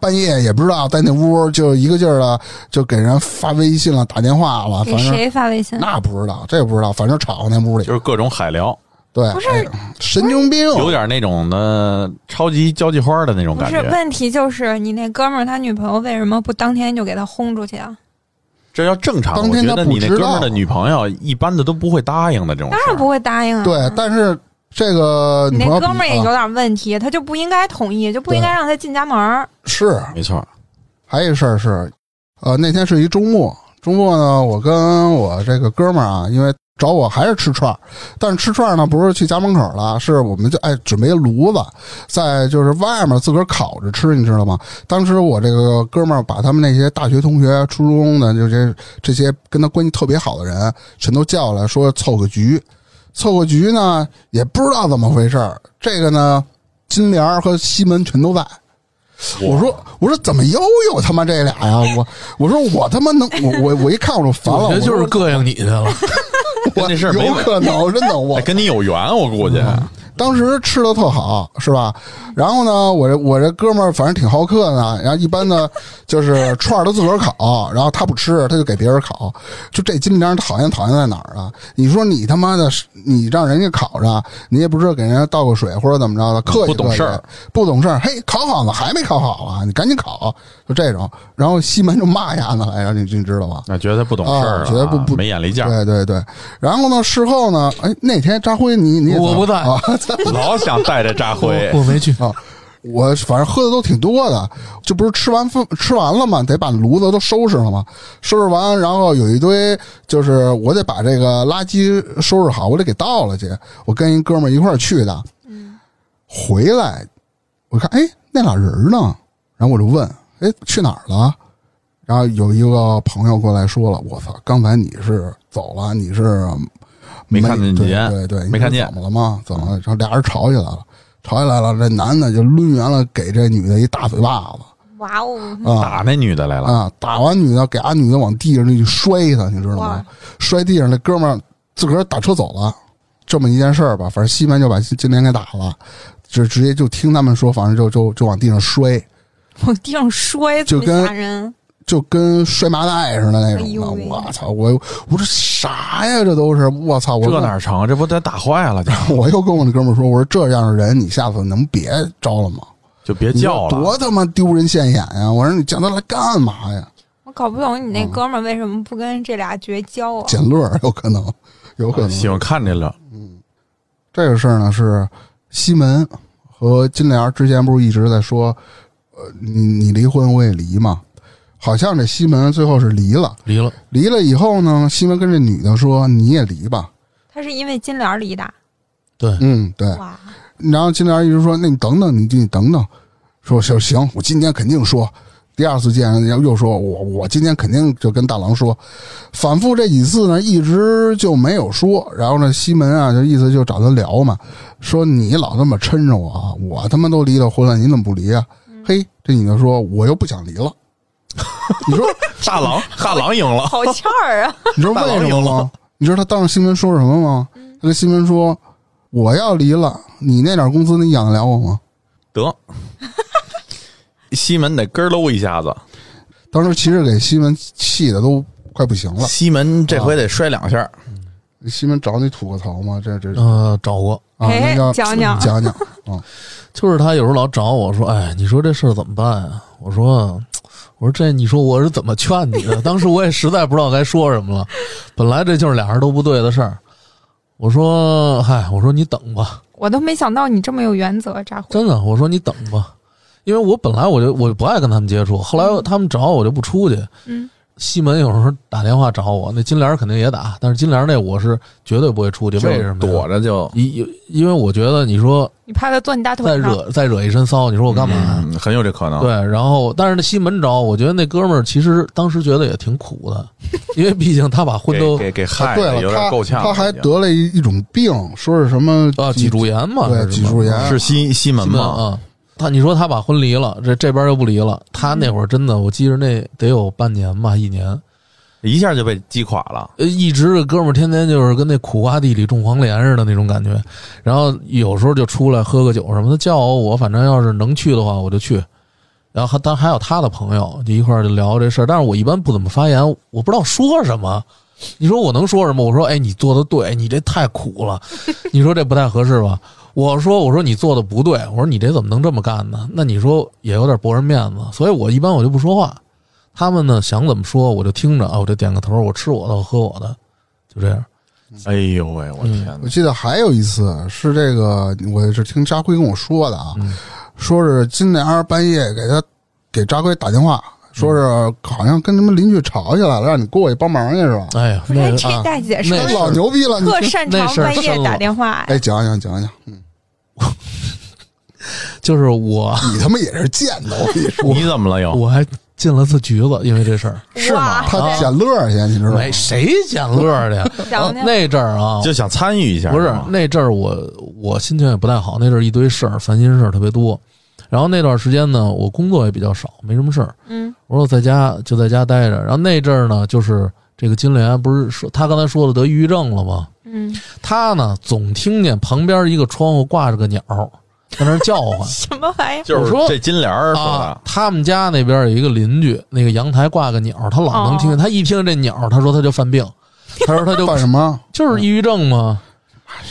Speaker 1: 半夜也不知道在那屋就一个劲儿的就给人发微信了、打电话了，
Speaker 3: 给
Speaker 1: 反正
Speaker 3: 谁发微信？
Speaker 1: 那不知道，这不知道，反正吵那屋里
Speaker 2: 就是各种海聊，
Speaker 1: 对，
Speaker 3: 不是
Speaker 1: 哎神经病，
Speaker 2: 有点那种的超级交际花的那种
Speaker 3: 不
Speaker 2: 感
Speaker 3: 是，
Speaker 2: 觉。
Speaker 3: 问题就是你那哥们儿他女朋友为什么不当天就给他轰出去啊？
Speaker 2: 这要正常，
Speaker 1: 当
Speaker 2: 我
Speaker 1: 天
Speaker 2: 觉
Speaker 1: 他
Speaker 2: 得
Speaker 1: 不
Speaker 2: 你那
Speaker 1: 知
Speaker 2: 哥们儿的
Speaker 1: 道
Speaker 2: 女朋友一般的都不会答应的这种事
Speaker 3: 当
Speaker 2: 儿。
Speaker 3: 然不会答应啊。
Speaker 1: 对，但是这个
Speaker 3: 你
Speaker 1: 女
Speaker 3: 那
Speaker 1: 朋友
Speaker 3: 哥们儿也
Speaker 1: 比
Speaker 3: 有
Speaker 1: 啊
Speaker 3: 点问题，他就不应该同意，就不应该让他进家门儿。
Speaker 1: 是
Speaker 2: 没错，
Speaker 1: 还有一事儿是，呃，那天是一周末，周末呢，我跟我这个哥们儿啊，因为找我还是吃串儿，但是吃串儿呢不是去家门口了，是我们就哎准备炉子，在就是外面自个儿烤着吃，你知道吗？当时我这个哥们儿把他们那些大学同学、初中的就这这些跟他关系特别好的人全都叫来说凑个局，凑个局呢也不知道怎么回事儿，这个呢金莲儿和西门全都在。我说我说怎么又有他妈这俩呀？我我说我他妈能我我我一看我就烦了，
Speaker 5: 我觉
Speaker 1: 我
Speaker 5: 得就是
Speaker 1: 说
Speaker 5: 膈应你去了，
Speaker 2: 跟
Speaker 1: 我
Speaker 2: 这事儿没
Speaker 1: 有
Speaker 2: 关
Speaker 1: 可能嗯真的我
Speaker 2: 哎跟你有缘，我估计。
Speaker 1: 当时吃的特好，是吧？然后呢，我这我这哥们儿反正挺好客的，啊然后一般呢就是串儿他自个儿烤，然后他不吃，他就给别人烤。就这金莲讨厌讨厌在哪儿啊？你说你他妈的，你让人家烤着，你也不知道给人家倒个水或者怎么着的，客气
Speaker 2: 不懂事儿
Speaker 1: 客气，不懂事儿。嘿，烤好呢，还没烤好啊？你赶紧烤，就这种。然后西门就骂丫子来着，你你知道吧？
Speaker 2: 那觉得不懂事儿了
Speaker 1: 啊
Speaker 2: 啊，
Speaker 1: 觉得不不
Speaker 2: 没眼力见儿，
Speaker 1: 对对对。然后呢，事后呢，哎，那天扎辉你你也
Speaker 5: 我不在
Speaker 1: 啊，
Speaker 2: 老想带着扎 辉
Speaker 5: 我。我没去。
Speaker 1: 我反正喝的都挺多的，这不是吃完饭吃完了嘛，得把炉子都收拾了嘛。收拾完，然后有一堆，就是我得把这个垃圾收拾好，我得给倒了去。我跟一哥们儿一块儿去的，回来我看，哎，那俩人呢？然后我就问，哎，去哪儿了？然后有一个朋友过来说了，我操，刚才你是走了，你是嗯
Speaker 2: 没看见
Speaker 1: 对
Speaker 2: 人
Speaker 1: 对对，
Speaker 2: 没看见
Speaker 1: 你是怎么了吗？怎么了？然后俩人吵起来了，吵起来了，这男的就抡圆了给这女的一大嘴巴子
Speaker 3: 哇哦，
Speaker 1: 啊
Speaker 2: 打那女的来了，
Speaker 1: 啊！打完女的，给俺女的往地上那一摔她，你知道吗
Speaker 3: 哇？
Speaker 1: 摔地上，那哥们儿自个儿打车走了，这么一件事儿吧。反正西门就把金莲给打了，就直接就听他们说，反正就就就往地上摔，
Speaker 3: 往地上摔，
Speaker 1: 就
Speaker 3: 这么
Speaker 1: 跟
Speaker 3: 吓人。
Speaker 1: 就跟摔麻袋似的那种
Speaker 3: 哎呦
Speaker 1: 的。
Speaker 3: 喂
Speaker 1: 我操！我我说啥呀？这都是我操！我
Speaker 2: 这哪成？这不得打坏了就
Speaker 1: 我又跟我那哥们儿说，我说这样的人，你下次能别招了吗？
Speaker 2: 就别
Speaker 1: 你
Speaker 2: 叫了。
Speaker 1: 多他妈丢人现眼呀！我说你叫他来干嘛呀？
Speaker 3: 我搞不懂你那哥们儿为什么不跟这俩绝交啊？
Speaker 1: 捡乐儿有可能，有可能。
Speaker 2: 喜欢看这 了，
Speaker 1: 这个事儿呢是西门和金莲儿之前不是一直在说，呃，你你离婚我也离嘛。好像这西门最后是离了，
Speaker 5: 离了，
Speaker 1: 离了以后呢，西门跟这女的说你也离吧。
Speaker 3: 他是因为金莲儿离的。
Speaker 5: 对，
Speaker 1: 嗯，对。
Speaker 3: 哇，
Speaker 1: 然后金莲一直说：“那你等等，你你等等。”说：“行行，我今天肯定说。”第二次见，然后又说：“我我今天肯定就跟大郎说。”反复这几次呢，一直就没有说。然后呢，西门啊，就意思就找他聊嘛，说你老这么抻着我啊，我他妈都离了婚了，你怎么不离啊？嘿，这女的说：“我又不想离了。”你说
Speaker 2: 大郎大郎 赢了，
Speaker 3: 好欠儿啊！
Speaker 1: 你知道为什么吗？你知道他当着新闻说什么吗？他跟新闻说：“我要离了，你那点工资你养得了我吗？”
Speaker 2: 得西门得咯喽一下子，
Speaker 1: 当时其实给西门气的都快不 行了。啊
Speaker 2: 西门这回得摔两下儿，
Speaker 1: 西门找你吐个槽吗？这这
Speaker 5: 呃，找过，
Speaker 1: 啊，那
Speaker 3: 哎
Speaker 1: 叫
Speaker 3: 讲讲
Speaker 1: 讲讲啊，
Speaker 5: 就是他有时候老找我说，哎，你说这事儿怎么办呀、我说。我说这，你说我是怎么劝你的？当时我也实在不知道该说什么了。本来这就是俩人都不对的事儿，我说，嗨，我说你等吧，
Speaker 3: 我都没想到你这么有原则，扎辉。
Speaker 5: 真的，我说你等吧，因为我本来我就我不爱跟他们接触，后来他们找我我就不出去。
Speaker 3: 嗯，
Speaker 5: 西门有时候打电话找我，那金莲儿肯定也打，但是金莲儿那我是绝对不会出去，为什么呀
Speaker 2: 躲？着就
Speaker 5: 因因因为我觉得你说
Speaker 3: 你怕他坐你大腿
Speaker 5: 再
Speaker 3: 上？
Speaker 5: 惹再惹一身骚，你说我干嘛呀？
Speaker 2: 嗯很有这可能。
Speaker 5: 对，然后但是那西门招，我觉得那哥们儿其实当时觉得也挺苦的，因为毕竟他把
Speaker 2: 给，
Speaker 5: 婚都
Speaker 2: 给给
Speaker 1: 啊
Speaker 2: 害
Speaker 1: 对
Speaker 2: 的有
Speaker 1: 了，
Speaker 2: 点
Speaker 1: 他
Speaker 2: 够呛
Speaker 1: 他
Speaker 2: 了已经。
Speaker 1: 还得了一一种病，说是什么
Speaker 5: 啊脊柱炎嘛，
Speaker 1: 对
Speaker 5: 是吗
Speaker 1: 脊柱炎
Speaker 2: 嗯是西西门
Speaker 5: 西门
Speaker 2: 吗？
Speaker 5: 啊。他你说他把婚离了，这这边又不离了，他那会儿真的，我记着那得有半年吧，一年，
Speaker 2: 一下就被击垮了。
Speaker 5: 呃一直这哥们儿天天就是跟那苦瓜地里种黄连似的那种感觉，然后有时候就出来喝个酒什么的，叫我，反正要是能去的话我就去。然后还当然还有他的朋友，就一块儿就聊这事儿。但是我一般不怎么发言，我不知道说什么。你说我能说什么？我说，哎，你做的对，你这太苦了。你说这不太合适吧？我说，我说你做的不对，我说你这怎么能这么干呢？那你说也有点驳人面子，所以我一般我就不说话。他们呢想怎么说我就听着啊，我就点个头，我吃我的，我喝我的，就这样。嗯
Speaker 2: 哎呦喂，我天
Speaker 1: 我
Speaker 2: 哪！
Speaker 1: 记得还有一次是这个，我是听扎辉跟我说的啊，
Speaker 5: 嗯
Speaker 1: 说是金莲儿半夜给他给扎辉打电话，说是好像跟他们邻居吵起来了，让你过去帮忙去是吧？
Speaker 5: 哎呀，
Speaker 3: 不
Speaker 5: 那
Speaker 3: 是
Speaker 5: 个
Speaker 3: 这
Speaker 1: 啊
Speaker 3: 大姐
Speaker 5: 那
Speaker 3: 是
Speaker 5: 哎
Speaker 1: 老牛逼了，你
Speaker 3: 特
Speaker 1: 听
Speaker 3: 擅
Speaker 5: 那
Speaker 3: 长
Speaker 5: 事儿
Speaker 3: 半夜
Speaker 5: 深了
Speaker 3: 打电话，
Speaker 1: 哎，讲讲讲讲，
Speaker 5: 就是我，
Speaker 1: 你他妈也是贱的，我跟你说，
Speaker 2: 你怎么了又？
Speaker 5: 我还进了次局子，因为这事儿。
Speaker 3: 是吗？
Speaker 1: 他捡乐儿去，你知道吗？
Speaker 5: 没谁捡乐 儿去，然后
Speaker 3: 想呢
Speaker 5: 那阵儿啊，
Speaker 2: 就想参与一下，
Speaker 5: 不是
Speaker 2: 吗
Speaker 5: 那阵儿我我心情也不太好，那阵儿一堆事儿，烦心事儿特别多。然后那段时间呢，我工作也比较少，没什么事儿。
Speaker 3: 嗯，
Speaker 5: 我说我在家就在家待着。然后那阵儿呢，就是这个金莲不是说她刚才说了得抑郁症了吗？
Speaker 3: 嗯，
Speaker 5: 她呢总听见旁边一个窗户挂着个鸟，在那儿叫唤。
Speaker 3: 什么玩意儿？
Speaker 2: 就是
Speaker 5: 我说
Speaker 2: 这金莲儿说
Speaker 5: 啊
Speaker 2: 的，，
Speaker 5: 他们家那边有一个邻居，那个阳台挂个鸟，他老能听见。
Speaker 3: 哦
Speaker 5: 他一听见这鸟，他说他就犯病，他说他 就
Speaker 1: 办什么？
Speaker 5: 就是抑郁症嘛。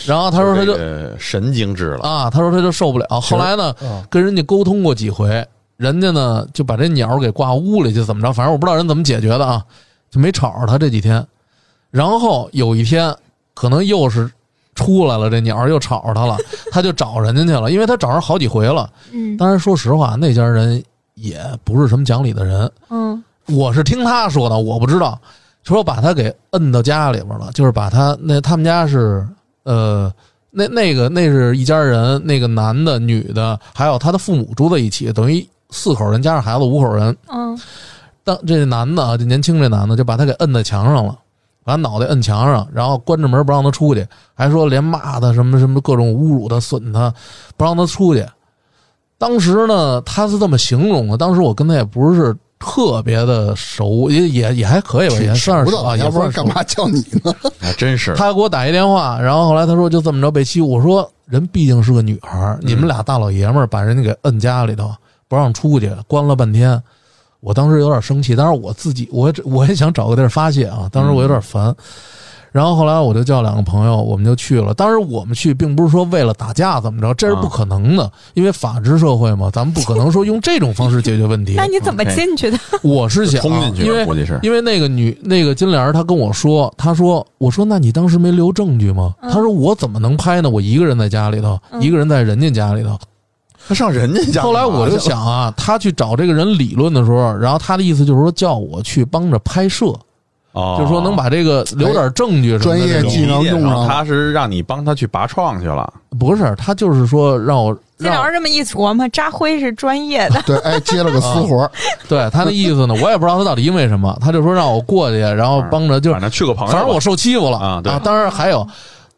Speaker 5: 然后他说他就
Speaker 2: 这个神经质了，
Speaker 5: 啊，他说他就受不了。后来呢，跟人家沟通过几回，人家呢就把这鸟给挂屋里，就怎么着，反正我不知道人怎么解决的啊，就没吵吵他这几天。然后有一天，可能又是出来了，这鸟又吵吵他了，他就找人家去了，因为他找人好几回了。
Speaker 3: 嗯
Speaker 5: 当然，说实话，那家人也不是什么讲理的人，
Speaker 3: 嗯，
Speaker 5: 我是听他说的，我不知道，说把他给摁到家里边了，就是把他那他们家是呃那那个那是一家人，那个男的、女的，还有他的父母住在一起，等于四口人加上孩子五口人。
Speaker 3: 嗯，
Speaker 5: 当这男的啊，这年轻这男的就把他给摁在墙上了，把他脑袋摁墙上，然后关着门不让他出去，还说连骂他什么什么各种侮辱他、损他，不让他出去。当时呢，他是这么形容的。当时我跟他也不是特别的熟，也也也还可以吧，也算是
Speaker 1: 不
Speaker 5: 熟啊，
Speaker 1: 道，要
Speaker 5: 也
Speaker 1: 不然
Speaker 5: 算熟
Speaker 1: 干。嘛叫你呢？
Speaker 2: 还真是。
Speaker 5: 他给我打一电话，然后后来他说就这么着被欺负。我说人毕竟是个女孩儿，你们俩大老爷们儿把人家给摁家里头，不让出去，关了半天。我当时有点生气，当然我自己我也 我也想找个地儿发泄啊，当时我有点烦。然后后来我就叫两个朋友，我们就去了。当时我们去并不是说为了打架怎么着，这是不可能的，因为法治社会嘛，咱们不可能说用这种方式解决问题
Speaker 3: 那。你怎么进去的？
Speaker 5: 我是想啊
Speaker 2: 冲进去
Speaker 5: 因为
Speaker 2: 了，估计是
Speaker 5: 因为那个女那个金莲儿，她跟我说，她说，我说那你当时没留证据吗？她说我怎么能拍呢？我一个人在家里头，
Speaker 3: 嗯
Speaker 5: 一个人在人家家里头。
Speaker 2: 他上人家家。
Speaker 5: 后来我就，想啊，她去找这个人理论的时候，然后她的意思就是说叫我去帮着拍摄，
Speaker 2: 哦
Speaker 5: 就是说能把这个留点证据什么
Speaker 1: 专
Speaker 5: 的
Speaker 1: 业
Speaker 5: 那种
Speaker 1: 技能用上了
Speaker 2: 他是让你帮他去拔创去了，
Speaker 5: 不是，她就是说让我
Speaker 3: 金老
Speaker 5: 让
Speaker 3: 师这么一琢磨，扎辉是专业的，
Speaker 1: 对，哎，接了个私活儿，
Speaker 5: 对她那意思呢，我也不知道她到底因为什么，她就说让我过去，然后帮着就
Speaker 2: 反正去个朋友吧，
Speaker 5: 反正我受欺负了
Speaker 2: 啊对
Speaker 5: 当然还有，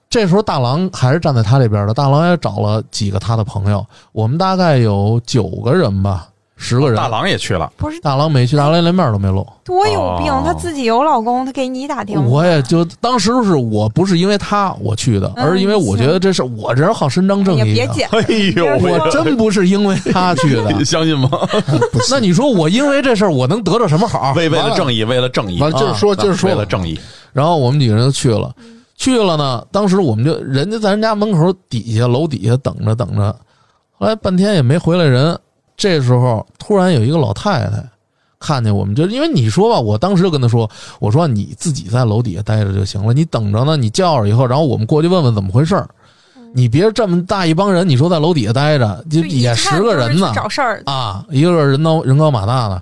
Speaker 5: 这时候大郎还是站在他这边的，大郎也找了几个他的朋友，我们大概有九个人吧，十个人。
Speaker 2: 哦大郎也去了，
Speaker 3: 不是
Speaker 5: 大郎没去，大郎连面都没露。
Speaker 3: 多有病
Speaker 2: 哦？
Speaker 3: 她自己有老公，她给你打电话，
Speaker 5: 我也就当时是我不是因为他我去的，
Speaker 3: 嗯
Speaker 5: 而是因为我觉得这事儿我这人好伸张正
Speaker 3: 也
Speaker 5: 义
Speaker 3: 别
Speaker 5: 啊。
Speaker 3: 解
Speaker 2: 哎呦喂，
Speaker 5: 我真不是因为他去 的，
Speaker 2: 你相信吗？
Speaker 6: 啊
Speaker 1: 不信
Speaker 5: 那你说我因为这事儿我能得到什么好？
Speaker 2: 为为了正义，为了正义，啊
Speaker 1: 完了，接着说，接着说
Speaker 2: 为，了正义，
Speaker 5: 然后我们几个人就去了，
Speaker 3: 嗯
Speaker 5: 去了呢，当时我们就人家在人家门口底下楼底下等着等着，后来半天也没回来人。这时候突然有一个老太太看见我们就因为你说吧，我当时就跟他说，我说你自己在楼底下待着就行了，你等着呢，你叫着以后，然后我们过去问问怎么回事儿。你别这么大一帮人，你说在楼底下待着，
Speaker 3: 嗯
Speaker 5: 就
Speaker 3: 就一
Speaker 5: 也
Speaker 3: 看
Speaker 5: 十个
Speaker 3: 就是
Speaker 5: 人
Speaker 3: 去
Speaker 5: 呢，
Speaker 3: 找事儿，
Speaker 5: 啊，一个人高人高马大的。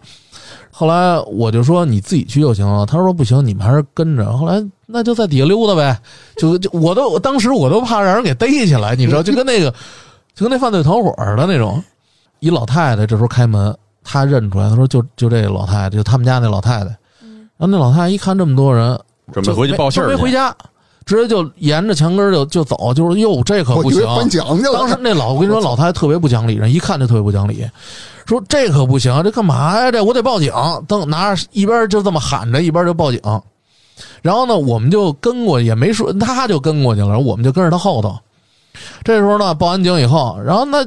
Speaker 5: 后来我就说你自己去就行了，他说不行，你们还是跟着。后来那就在底下溜达呗，就就我都我当时我都怕让人给逮起来， 你知道，就跟那个就跟那犯罪团伙似的那种。一老太太这时候开门，她认出来，她说就就这老太太，就他们家那老太太。然后那老太太一看这么多人，
Speaker 2: 准备
Speaker 5: 就
Speaker 2: 回去
Speaker 5: 没
Speaker 2: 报信
Speaker 5: 就
Speaker 2: 儿
Speaker 5: 没回
Speaker 2: 去。
Speaker 5: 家，直接就沿着墙根儿就就走，就是哟这 可
Speaker 1: 我
Speaker 5: 不
Speaker 1: 以
Speaker 5: 行啊
Speaker 1: 为，颁奖去了。
Speaker 5: 当时那老我跟你说，老太太特别不讲理，人一看就特别不讲理，说这可不行，这干嘛呀？这我得报警。当拿着一边就这么喊着，一边就报警。然后呢，我们就跟过去，也没说，他就跟过去了，然后我们就跟着他后头。这时候呢，报完警以后，然后那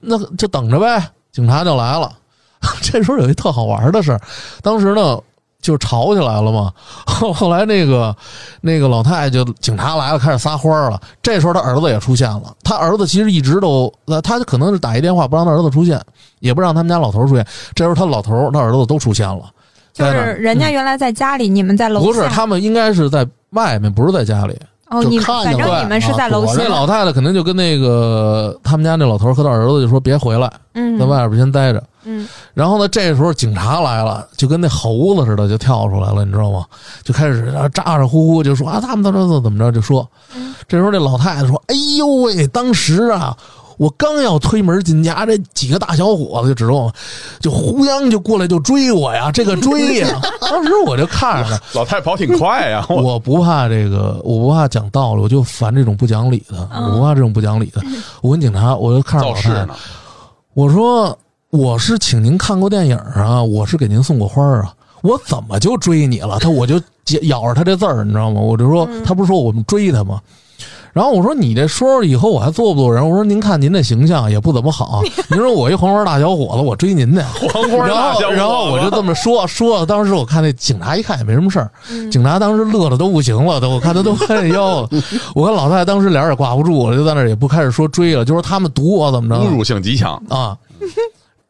Speaker 5: 那就等着呗，警察就来了。 这时候有一特好玩的事儿，当时呢就吵起来了嘛。后后来那个那个老太太就警察来了，开始撒欢儿了。这时候他儿子也出现了，他儿子其实一直都，呃他可能是打一电话不让他儿子出现，也不让他们家老头儿出现。这时候他老头儿、他儿子都出现了，
Speaker 3: 就
Speaker 5: 在那
Speaker 3: 是
Speaker 5: 儿嗯
Speaker 3: 人家原来在家里，你们在楼下，
Speaker 5: 不是他们应该是在外面，不是在家里。
Speaker 3: 哦，
Speaker 1: 就
Speaker 3: 你
Speaker 1: 看见
Speaker 3: 反
Speaker 1: 了
Speaker 3: 正
Speaker 5: 啊
Speaker 3: 你们是在楼
Speaker 5: 我
Speaker 3: 下，
Speaker 5: 那老太太肯定就跟那个他们家那老头儿和他儿子就说别回来，
Speaker 3: 嗯，
Speaker 5: 在外边先待着。
Speaker 3: 嗯，
Speaker 5: 然后呢，这时候警察来了，就跟那猴子似的，就跳出来了，你知道吗？就开始啊咋咋呼呼就说啊，他们怎么怎么怎么着，就说。
Speaker 3: 嗯
Speaker 5: 这时候那老太太说：“哎呦喂，当时啊。”我刚要推门进家，这几个大小伙子就指着我，就呼央就过来就追我呀，这个追 呀！当时我就看着他，
Speaker 2: 老太太跑挺快呀， 我
Speaker 5: 我不怕这个，我不怕讲道理，我就烦这种不讲理的，
Speaker 3: 嗯
Speaker 5: 我不怕这种不讲理的。我跟警察，我就看着老
Speaker 2: 造势
Speaker 5: 太太，
Speaker 2: 呢。
Speaker 5: 我说我是请您看过电影啊，我是给您送过花儿啊，我怎么就追你了？他我就解咬着他这字儿，你知道吗？我就说他不是说我们追他吗？然后我说你这说说以后我还做不做人？我说您看您这形象也不怎么好，您说我一黄花大小伙子，我追您去？
Speaker 2: 黄花
Speaker 5: 然
Speaker 2: 大
Speaker 5: 后
Speaker 2: 小伙子
Speaker 5: 然后我就这么说说，当时我看那警察一看也没什么事儿，警察当时乐的都不行了，都我看他都快腰了。我跟老太太当时脸儿也挂不住了，就在那儿也不开始说追了，就说他们堵我怎么着，
Speaker 6: 嗯
Speaker 2: 侮辱性极
Speaker 1: 嗯
Speaker 2: 强，
Speaker 5: 啊。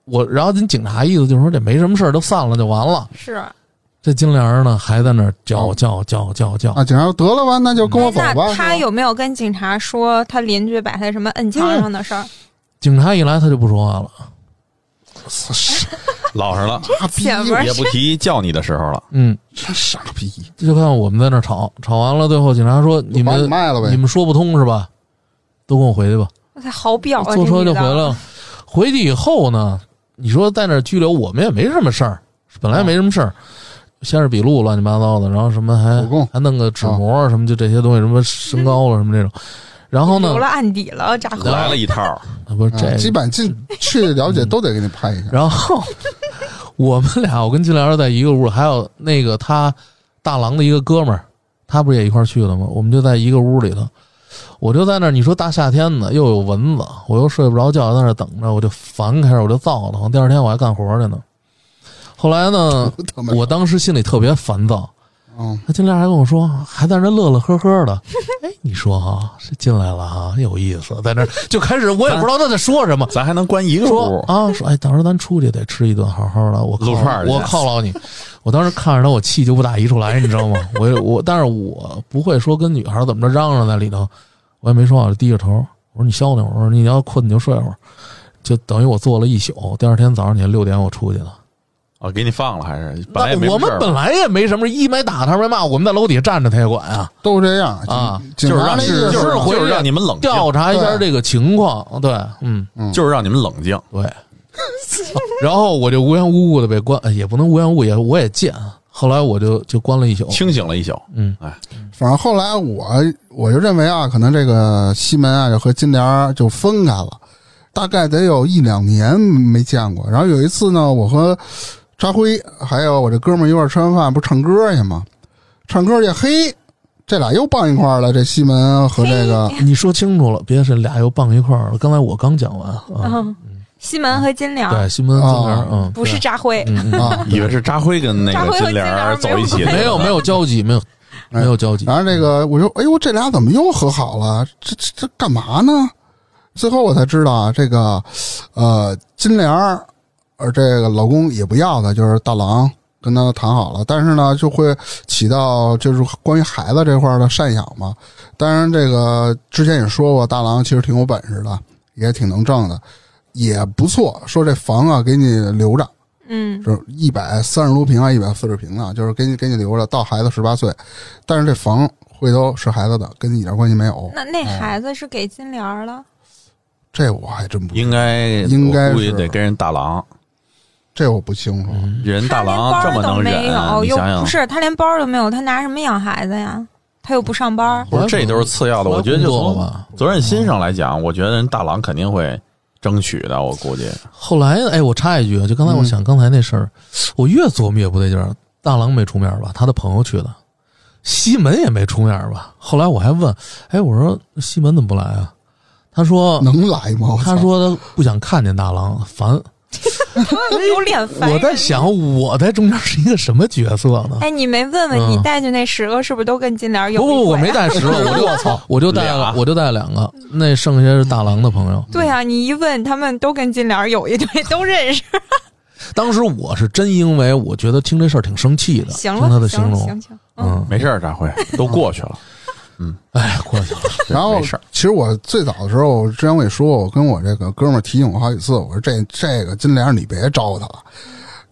Speaker 5: 我然后人警察意思就是说这没什么事儿，都散了就完了。
Speaker 3: 是，
Speaker 5: 这金莲儿呢还在那儿叫叫叫叫叫，
Speaker 1: 啊，警察说得了吧，那就跟我走
Speaker 3: 那
Speaker 1: 吧。哎
Speaker 3: 他有没有跟警察说他邻居把他什么摁墙上的事
Speaker 5: 嗯
Speaker 3: 儿？
Speaker 5: 警察一来他就不说话了。
Speaker 3: 哎
Speaker 2: 老实了，
Speaker 1: 傻逼，
Speaker 3: 前面
Speaker 2: 也不提叫你的时 候了。
Speaker 5: 嗯，
Speaker 1: 真傻逼，
Speaker 5: 就看我们在那儿吵，吵完了，最后警察说你
Speaker 1: 把
Speaker 5: 们
Speaker 1: 你卖了呗
Speaker 5: 你们说不通是吧？都跟我回去吧。
Speaker 3: 哇塞，好表啊！
Speaker 5: 坐车
Speaker 3: 这
Speaker 5: 就
Speaker 3: 女
Speaker 5: 回
Speaker 3: 的
Speaker 5: 来了。回去以后呢，你说在那儿拘留，我们也没什么事儿，本来没什么事儿，先是笔录乱七八糟的，然后什么
Speaker 1: 口供
Speaker 5: 还还弄个纸模啊什么，就这些东西，什么身高了什么这种。然后呢
Speaker 3: 留，了案底了，家伙
Speaker 2: 来了一套，
Speaker 5: 啊不是
Speaker 1: 啊
Speaker 5: 这嗯个
Speaker 1: 基本进去了解都得给你拍一下。
Speaker 5: 然后我们俩，我跟金莲儿在一个屋，还有那个他大郎的一个哥们儿，他不是也一块儿去了吗？我们就在一个屋里头，我就在那儿。你说大夏天的，又有蚊子，我又睡不着觉，在那儿等着，我就烦开始，我就燥得慌。第二天我还干活去呢。后来呢，
Speaker 1: 他妈
Speaker 5: 我当时心里特别烦躁，
Speaker 1: 嗯，
Speaker 5: 他金莲还跟我说，还在那乐乐呵呵的。哎，你说哈、这进来了哈、有意思，在那儿就开始，我也不知道他在说什么。
Speaker 2: 咱还能关一个
Speaker 5: 说
Speaker 2: 屋，
Speaker 5: 啊，说哎，到时候咱出去得吃一顿好好的，我犒
Speaker 2: 撸哦串儿去
Speaker 5: 我犒劳你。我当时看着他，我气就不打一处来，你知道吗？我我，但是我不会说跟女孩怎么着嚷嚷在里头，我也没说话，我就低着头，我说你消停会儿，我说你要困你就睡会儿，就等于我坐了一宿。第二天早上起来六点我出去的，
Speaker 2: 我哦给你放了，还是本来也没
Speaker 5: 那我
Speaker 2: 什么
Speaker 5: 们
Speaker 2: 事儿
Speaker 5: 本来也没什么，一没打他没骂，我们在楼底下站着他也管啊，
Speaker 1: 都这样
Speaker 5: 啊
Speaker 1: 警
Speaker 2: 就是
Speaker 1: 警察
Speaker 2: 让
Speaker 1: 那
Speaker 2: 你
Speaker 1: 意思
Speaker 2: 就是
Speaker 5: 回去
Speaker 2: 就是让你们冷静，
Speaker 5: 调查一下
Speaker 1: 对
Speaker 5: 这个情况。对，嗯，
Speaker 2: 就是让你们冷静。
Speaker 5: 对， 然后我就无缘无故的被关，哎也不能无缘无故，也我也贱啊。后来我就就关了一宿。
Speaker 2: 清醒了一宿，
Speaker 5: 嗯，
Speaker 2: 哎，
Speaker 1: 反正后来我我就认为啊，可能这个西门啊就和金莲儿就分开了，大概得有一两年没见过。然后有一次呢，我和扎辉还有我这哥们儿一块儿吃完饭，不是唱歌去吗？唱歌去，嘿，这俩又傍一块儿了。这西门和这个
Speaker 5: 你说清楚了，别是俩又傍一块儿了。刚才我刚讲完啊，
Speaker 3: 嗯，西门和金莲
Speaker 5: 对，西门子明儿，嗯，
Speaker 3: 不是扎辉，
Speaker 5: 嗯嗯，
Speaker 1: 啊，
Speaker 2: 以为是扎辉跟那
Speaker 3: 扎
Speaker 2: 个
Speaker 3: 辉和
Speaker 2: 金莲儿
Speaker 3: 金
Speaker 2: 走
Speaker 3: 莲儿
Speaker 2: 一起的，
Speaker 5: 没有没有交集，没有没有交集
Speaker 1: 然。后这个我就哎呦，这俩怎么又和好了？这这这干嘛呢？最后我才知道啊，这个呃，金莲儿而这个老公也不要她，就是大郎跟她谈好了，但是呢，就会起到就是关于孩子这块儿的赡养嘛。当然，这个之前也说过，大郎其实挺有本事的，也挺能挣的，也不错。说这房啊，给你留着，
Speaker 3: 嗯，
Speaker 1: 就是一百三十多平啊，一百四十平啊，就是给你给你留着，到孩子十八岁，但是这房回头是孩子的，跟你一点关系没有。
Speaker 3: 那那孩子是给金莲儿了，
Speaker 1: 这我还真不，
Speaker 2: 应该
Speaker 1: 应该
Speaker 2: 我估计
Speaker 1: 是
Speaker 2: 得跟人大郎，
Speaker 1: 这我不清楚。
Speaker 5: 嗯
Speaker 2: 人
Speaker 3: 他
Speaker 2: 大
Speaker 3: 连
Speaker 2: 郎
Speaker 3: 班
Speaker 2: 这
Speaker 3: 儿
Speaker 2: 么
Speaker 3: 都
Speaker 2: 能
Speaker 3: 没
Speaker 2: 忍，啊
Speaker 3: 有，
Speaker 2: 你
Speaker 3: 又
Speaker 2: 想想
Speaker 3: 不，是他连包儿都没有，他拿什么养孩子呀？他又不上班儿，
Speaker 2: 不是这都是次要的，我觉得就
Speaker 5: 后来工
Speaker 2: 从
Speaker 5: 作嗯了吧
Speaker 2: 责任心上来讲，我觉得人大郎肯定会争取的，我估计。
Speaker 5: 后来，哎，我插一句啊，就刚才我想刚才那事儿，我越琢磨越不对劲儿。大郎没出面吧？他的朋友去的，西门也没出面吧？后来我还问，哎，我说西门怎么不来啊？他说，
Speaker 1: 能来吗？我操
Speaker 5: 他说他不想看见大郎，烦。
Speaker 3: 有脸烦
Speaker 5: 我
Speaker 3: 人。
Speaker 5: 在想，我在中间是一个什么角色呢？
Speaker 3: 哎，你没问问
Speaker 5: 嗯
Speaker 3: 你带去那十个是不是都跟金莲儿有
Speaker 5: 不
Speaker 3: 一腿啊？
Speaker 5: 不，我没带十个， 我就我就带了
Speaker 2: 俩，
Speaker 5: 我就带两个，那剩下是大郎的朋友。
Speaker 3: 对啊，你一问他们都跟金莲儿有一对，都认识。
Speaker 5: 当时我是真因为我觉得听这事儿挺生气的，
Speaker 3: 行
Speaker 5: 听
Speaker 3: 了，
Speaker 5: 他的形
Speaker 3: 行了
Speaker 5: 容，
Speaker 3: 行行，嗯，
Speaker 5: 嗯，
Speaker 2: 没事儿，大辉都过去了。
Speaker 5: 哎，过去了，
Speaker 1: 然后
Speaker 2: 没事儿，
Speaker 1: 其实我最早的时候，我之前我也说过，我跟我这个哥们儿提醒过好几次，我说这这个金莲儿你别招他了。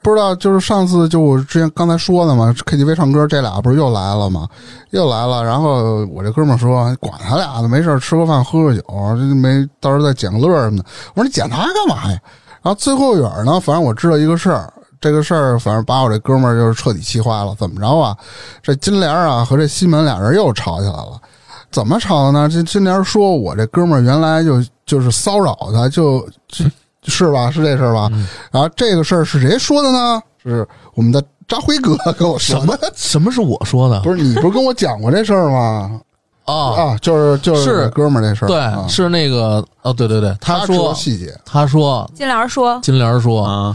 Speaker 1: 不知道，就是上次就我之前刚才说的嘛，KTV 唱歌这俩不是又来了吗？又来了，然后我这哥们儿说，管他俩呢，没事儿吃个饭喝个酒，这没到时候再捡个乐儿什么的。我说你捡他干嘛呀？然后最后远儿呢，反正我知道一个事儿，这个事儿反正把我这哥们儿就是彻底气坏了。怎么着啊？这金莲儿啊和这西门俩人又吵起来了。怎么吵的呢？这金莲说，我这哥们儿原来就就是骚扰她，就就是吧，是这事儿吧？
Speaker 5: 嗯
Speaker 1: 然后这个事儿是谁说的呢？是我们的扎辉哥跟我说
Speaker 5: 什
Speaker 1: 的。
Speaker 5: 么什么是我说的？
Speaker 1: 不是你不是跟我讲过这事儿吗？
Speaker 5: 啊，
Speaker 1: 啊，就是就是我哥们儿这事儿，啊
Speaker 5: 对，是那个哦，对对对，
Speaker 1: 他
Speaker 5: 他
Speaker 1: 知道
Speaker 5: 说
Speaker 1: 细节，
Speaker 5: 他说
Speaker 3: 金莲儿说
Speaker 5: 金莲儿说
Speaker 2: 啊，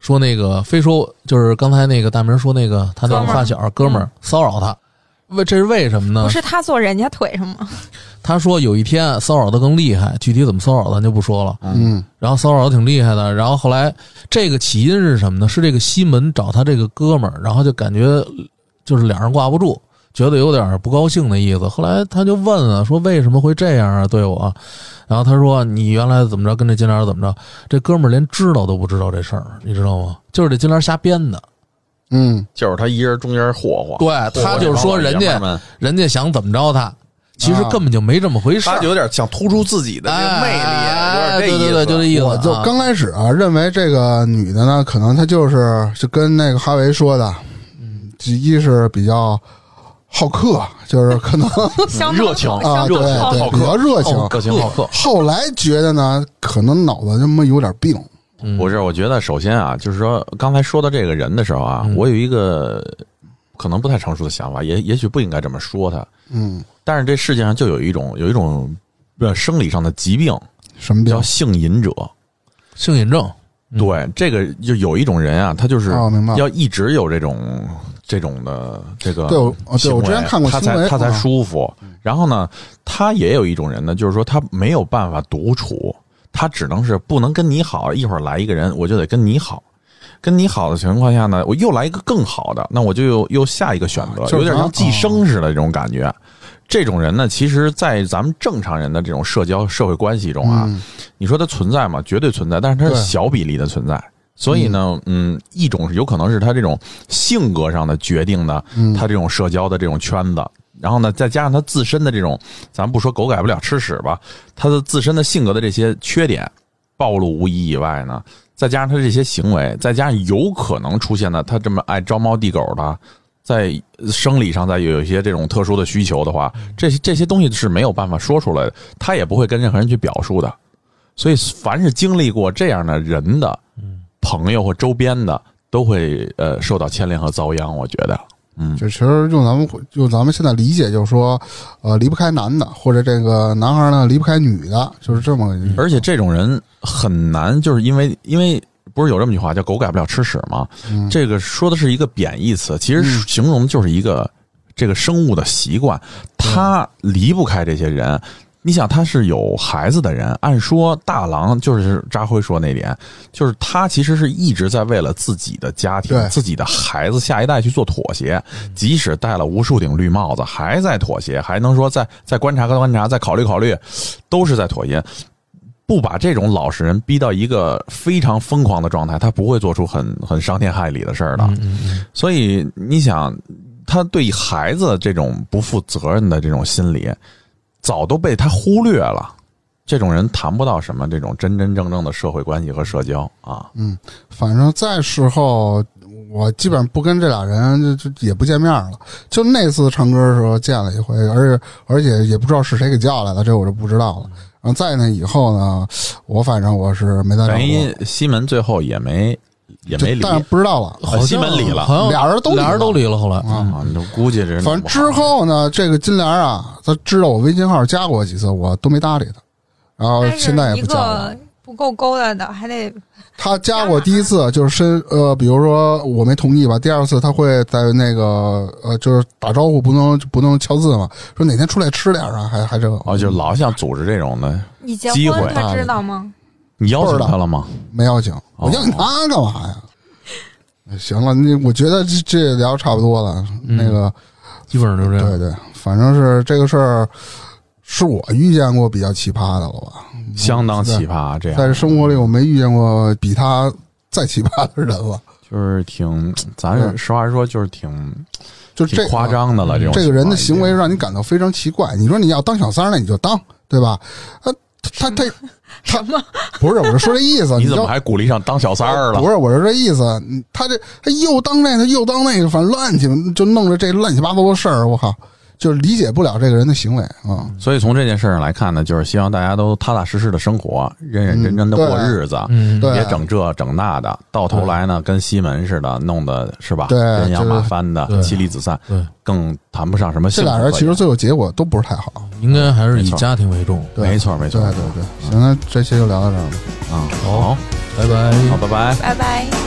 Speaker 5: 说那个非说就是刚才那个大明说那个他那
Speaker 3: 哥
Speaker 5: 个
Speaker 3: 们儿嗯
Speaker 5: 发小哥们儿骚扰他，为这是为什么呢
Speaker 3: 不？是他坐人家腿上吗？
Speaker 5: 他说有一天骚扰的更厉害，具体怎么骚扰咱就不说了。
Speaker 1: 嗯
Speaker 5: 然后骚扰得挺厉害的，然后后来这个起因是什么呢？是这个西门找他这个哥们儿，然后就感觉就是两人挂不住，觉得有点不高兴的意思。后来他就问啊，说为什么会这样啊对我？然后他说你原来怎么着跟这金莲儿怎么着？这哥们儿连知道都不知道这事儿，你知道吗？就是这金莲儿瞎编的。
Speaker 1: 嗯，
Speaker 2: 就是他一人中间霍霍，
Speaker 5: 对
Speaker 2: 霍霍
Speaker 5: 他就是说人家
Speaker 2: 这帮老爷们儿们
Speaker 5: 人家想怎么着他，其实根本就没这么回事儿。
Speaker 7: 他啊就有点想突出自己的这个魅力，有点这意思。啊
Speaker 5: 哎对对对，就这意思。
Speaker 1: 我就
Speaker 5: 啊
Speaker 1: 刚开始啊，认为这个女的呢，可能她就是就跟那个哈维说的，嗯，一是比较好客，就是可 能
Speaker 3: 相
Speaker 2: 热情
Speaker 1: 啊，
Speaker 3: 相
Speaker 1: 对
Speaker 2: 热情
Speaker 1: 对，
Speaker 2: 好客
Speaker 1: 比较热情。
Speaker 2: 哦个性好客。
Speaker 1: 后来觉得呢，可能脑子他妈有点病，
Speaker 5: 嗯
Speaker 2: 不是，我觉得首先啊，就是说刚才说到这个人的时候啊，
Speaker 5: 嗯
Speaker 2: 我有一个可能不太成熟的想法，也也许不应该这么说他，
Speaker 1: 嗯，
Speaker 2: 但是这世界上就有一种有一种呃生理上的疾病
Speaker 1: 什么病
Speaker 2: 叫？性瘾者。
Speaker 5: 性瘾症，嗯
Speaker 2: 对，这个就有一种人啊，他就是
Speaker 1: 哦明白了
Speaker 2: 要一直有这种这种的这个
Speaker 1: 对我哦对
Speaker 2: 行为
Speaker 1: 我之前看过
Speaker 2: 他
Speaker 1: 新闻
Speaker 2: 才他才
Speaker 1: 嗯
Speaker 2: 舒服。然后呢，他也有一种人呢，就是说他没有办法独处，他只能是不能跟你好，一会儿来一个人我就得跟你好。跟你好的情况下呢，我又来一个更好的，那我就又又下一个选择
Speaker 1: 啊就是，
Speaker 2: 有点
Speaker 1: 他
Speaker 2: 像寄生似的这种感觉。这种人呢，其实，在咱们正常人的这种社交社会关系中啊，
Speaker 1: 嗯
Speaker 2: 你说它存在吗？绝对存在，但是它
Speaker 1: 对
Speaker 2: 是小比例的存在。所以呢，嗯，一种是有可能是他这种性格上的决定的，
Speaker 1: 嗯
Speaker 2: 他这种社交的这种圈子，然后呢，再加上他自身的这种，咱不说狗改不了吃屎吧，他的自身的性格的这些缺点暴露无遗以外呢，再加上他这些行为，再加上有可能出现的他这么爱招猫递狗的，在生理上再有一些这种特殊的需求的话，这些这些东西是没有办法说出来的，他也不会跟任何人去表述的。所以，凡是经历过这样的人的朋友或周边的，都会呃受到牵连和遭殃。我觉得，嗯，
Speaker 1: 就其实用咱们用咱们现在理解，就是说，呃，离不开男的，或者这个男孩呢离不开女的，就是这么个意思。
Speaker 2: 而且这种人很难，就是因为因为不是有这么句话叫“狗改不了吃屎”吗？
Speaker 1: 嗯
Speaker 2: 这个说的是一个贬义词，其实形容的就是一个这个生物的习惯，他离不开这些人。你想他是有孩子的人，按说大郎就是扎辉说那点，就是他其实是一直在为了自己的家庭
Speaker 1: 对、
Speaker 2: 自己的孩子、下一代去做妥协，即使戴了无数顶绿帽子，还在妥协，还能说再再观察观察，再考虑考虑，都是在妥协。不把这种老实人逼到一个非常疯狂的状态，他不会做出很很伤天害理的事儿的。所以你想，他对孩子这种不负责任的这种心理，早都被他忽略了。这种人谈不到什么这种真真正正的社会关系和社交啊。
Speaker 1: 反正在事后，我基本上不跟这俩人就就也不见面了。就那次唱歌的时候见了一回，而且而且也不知道是谁给叫来的，这我就不知道了。然后在那以后呢，我反正我是没再找
Speaker 2: 等
Speaker 1: 过
Speaker 2: 于，西门最后也没也没
Speaker 1: 就
Speaker 2: 理
Speaker 1: 但是不知道了。
Speaker 2: 好像西门理了
Speaker 5: 好像
Speaker 1: 俩人都
Speaker 5: 俩人都
Speaker 1: 理
Speaker 5: 离了。后来，
Speaker 1: 啊，
Speaker 2: 啊，你就估计这人
Speaker 1: 反正之后呢，这个金莲啊，他知道我微信号加过我几次，我都没搭理他。然后
Speaker 3: 但是
Speaker 1: 现在也
Speaker 3: 一
Speaker 1: 不加我。
Speaker 3: 个不够勾搭的，还得
Speaker 1: 他加我第一次就是申呃，比如说我没同意吧，第二次他会在那个呃，就是打招呼不能不能敲字嘛，说哪天出来吃点啊，还还这个
Speaker 2: 哦，就老想组织这种的。
Speaker 3: 你结
Speaker 2: 机
Speaker 3: 婚
Speaker 2: 会
Speaker 3: 他知道吗？
Speaker 2: 你邀请他了吗？
Speaker 1: 没邀请，
Speaker 2: 哦
Speaker 1: 我邀请他干嘛呀？哎行了，那我觉得这这聊差不多了，
Speaker 2: 嗯
Speaker 1: 那个
Speaker 5: 基本上就是这
Speaker 1: 对
Speaker 5: 样。
Speaker 1: 对，反正是这个事儿是我遇见过比较奇葩的了吧，
Speaker 2: 相当奇葩，啊这
Speaker 1: 嗯
Speaker 2: 样
Speaker 1: 在生活里我没遇见过比他再奇葩的人了，
Speaker 2: 就是挺，咱是实话实说，就是挺
Speaker 1: 嗯就这
Speaker 2: 挺
Speaker 1: 个
Speaker 2: 夸张的了。这种
Speaker 1: 这个人的
Speaker 2: 情
Speaker 1: 行
Speaker 2: 况
Speaker 1: 为
Speaker 2: 已经
Speaker 1: 让你感到非常奇怪。你说你要当小三儿，那你就当，对吧？啊，他他他不是，我是说这意思。
Speaker 2: 你
Speaker 1: 你
Speaker 2: 怎
Speaker 1: 知
Speaker 2: 么
Speaker 1: 道
Speaker 2: 还鼓励上当小三儿了
Speaker 1: 不？是，我是这意思。嗯他这他又当那个，又当那个，反正乱七八就弄着这乱七八糟的事儿。我靠，就是理解不了这个人的行为啊。
Speaker 2: 所以从这件事上来看呢，就是希望大家都踏踏实实的生活，认认真真的
Speaker 1: 嗯对
Speaker 2: 过日子，
Speaker 5: 嗯，
Speaker 1: 对
Speaker 2: 别整这整那的，到头来呢，跟西门似的，弄的是吧？
Speaker 1: 对
Speaker 2: 人仰
Speaker 1: 就是
Speaker 2: 马翻的，
Speaker 5: 对
Speaker 2: 妻离子散，
Speaker 5: 对，
Speaker 2: 更谈不上什么
Speaker 1: 这
Speaker 2: 幸福可
Speaker 1: 俩
Speaker 2: 言。
Speaker 1: 人其实最后结果都不是太好。
Speaker 5: 应该还是
Speaker 2: 没
Speaker 5: 以
Speaker 2: 错
Speaker 5: 家庭为重。
Speaker 1: 对
Speaker 2: 没错没
Speaker 1: 对
Speaker 2: 错，
Speaker 1: 对对，行，那这期就聊到这儿吧。
Speaker 2: 啊，好，
Speaker 5: 拜拜。
Speaker 2: 好，拜拜。
Speaker 3: 拜拜。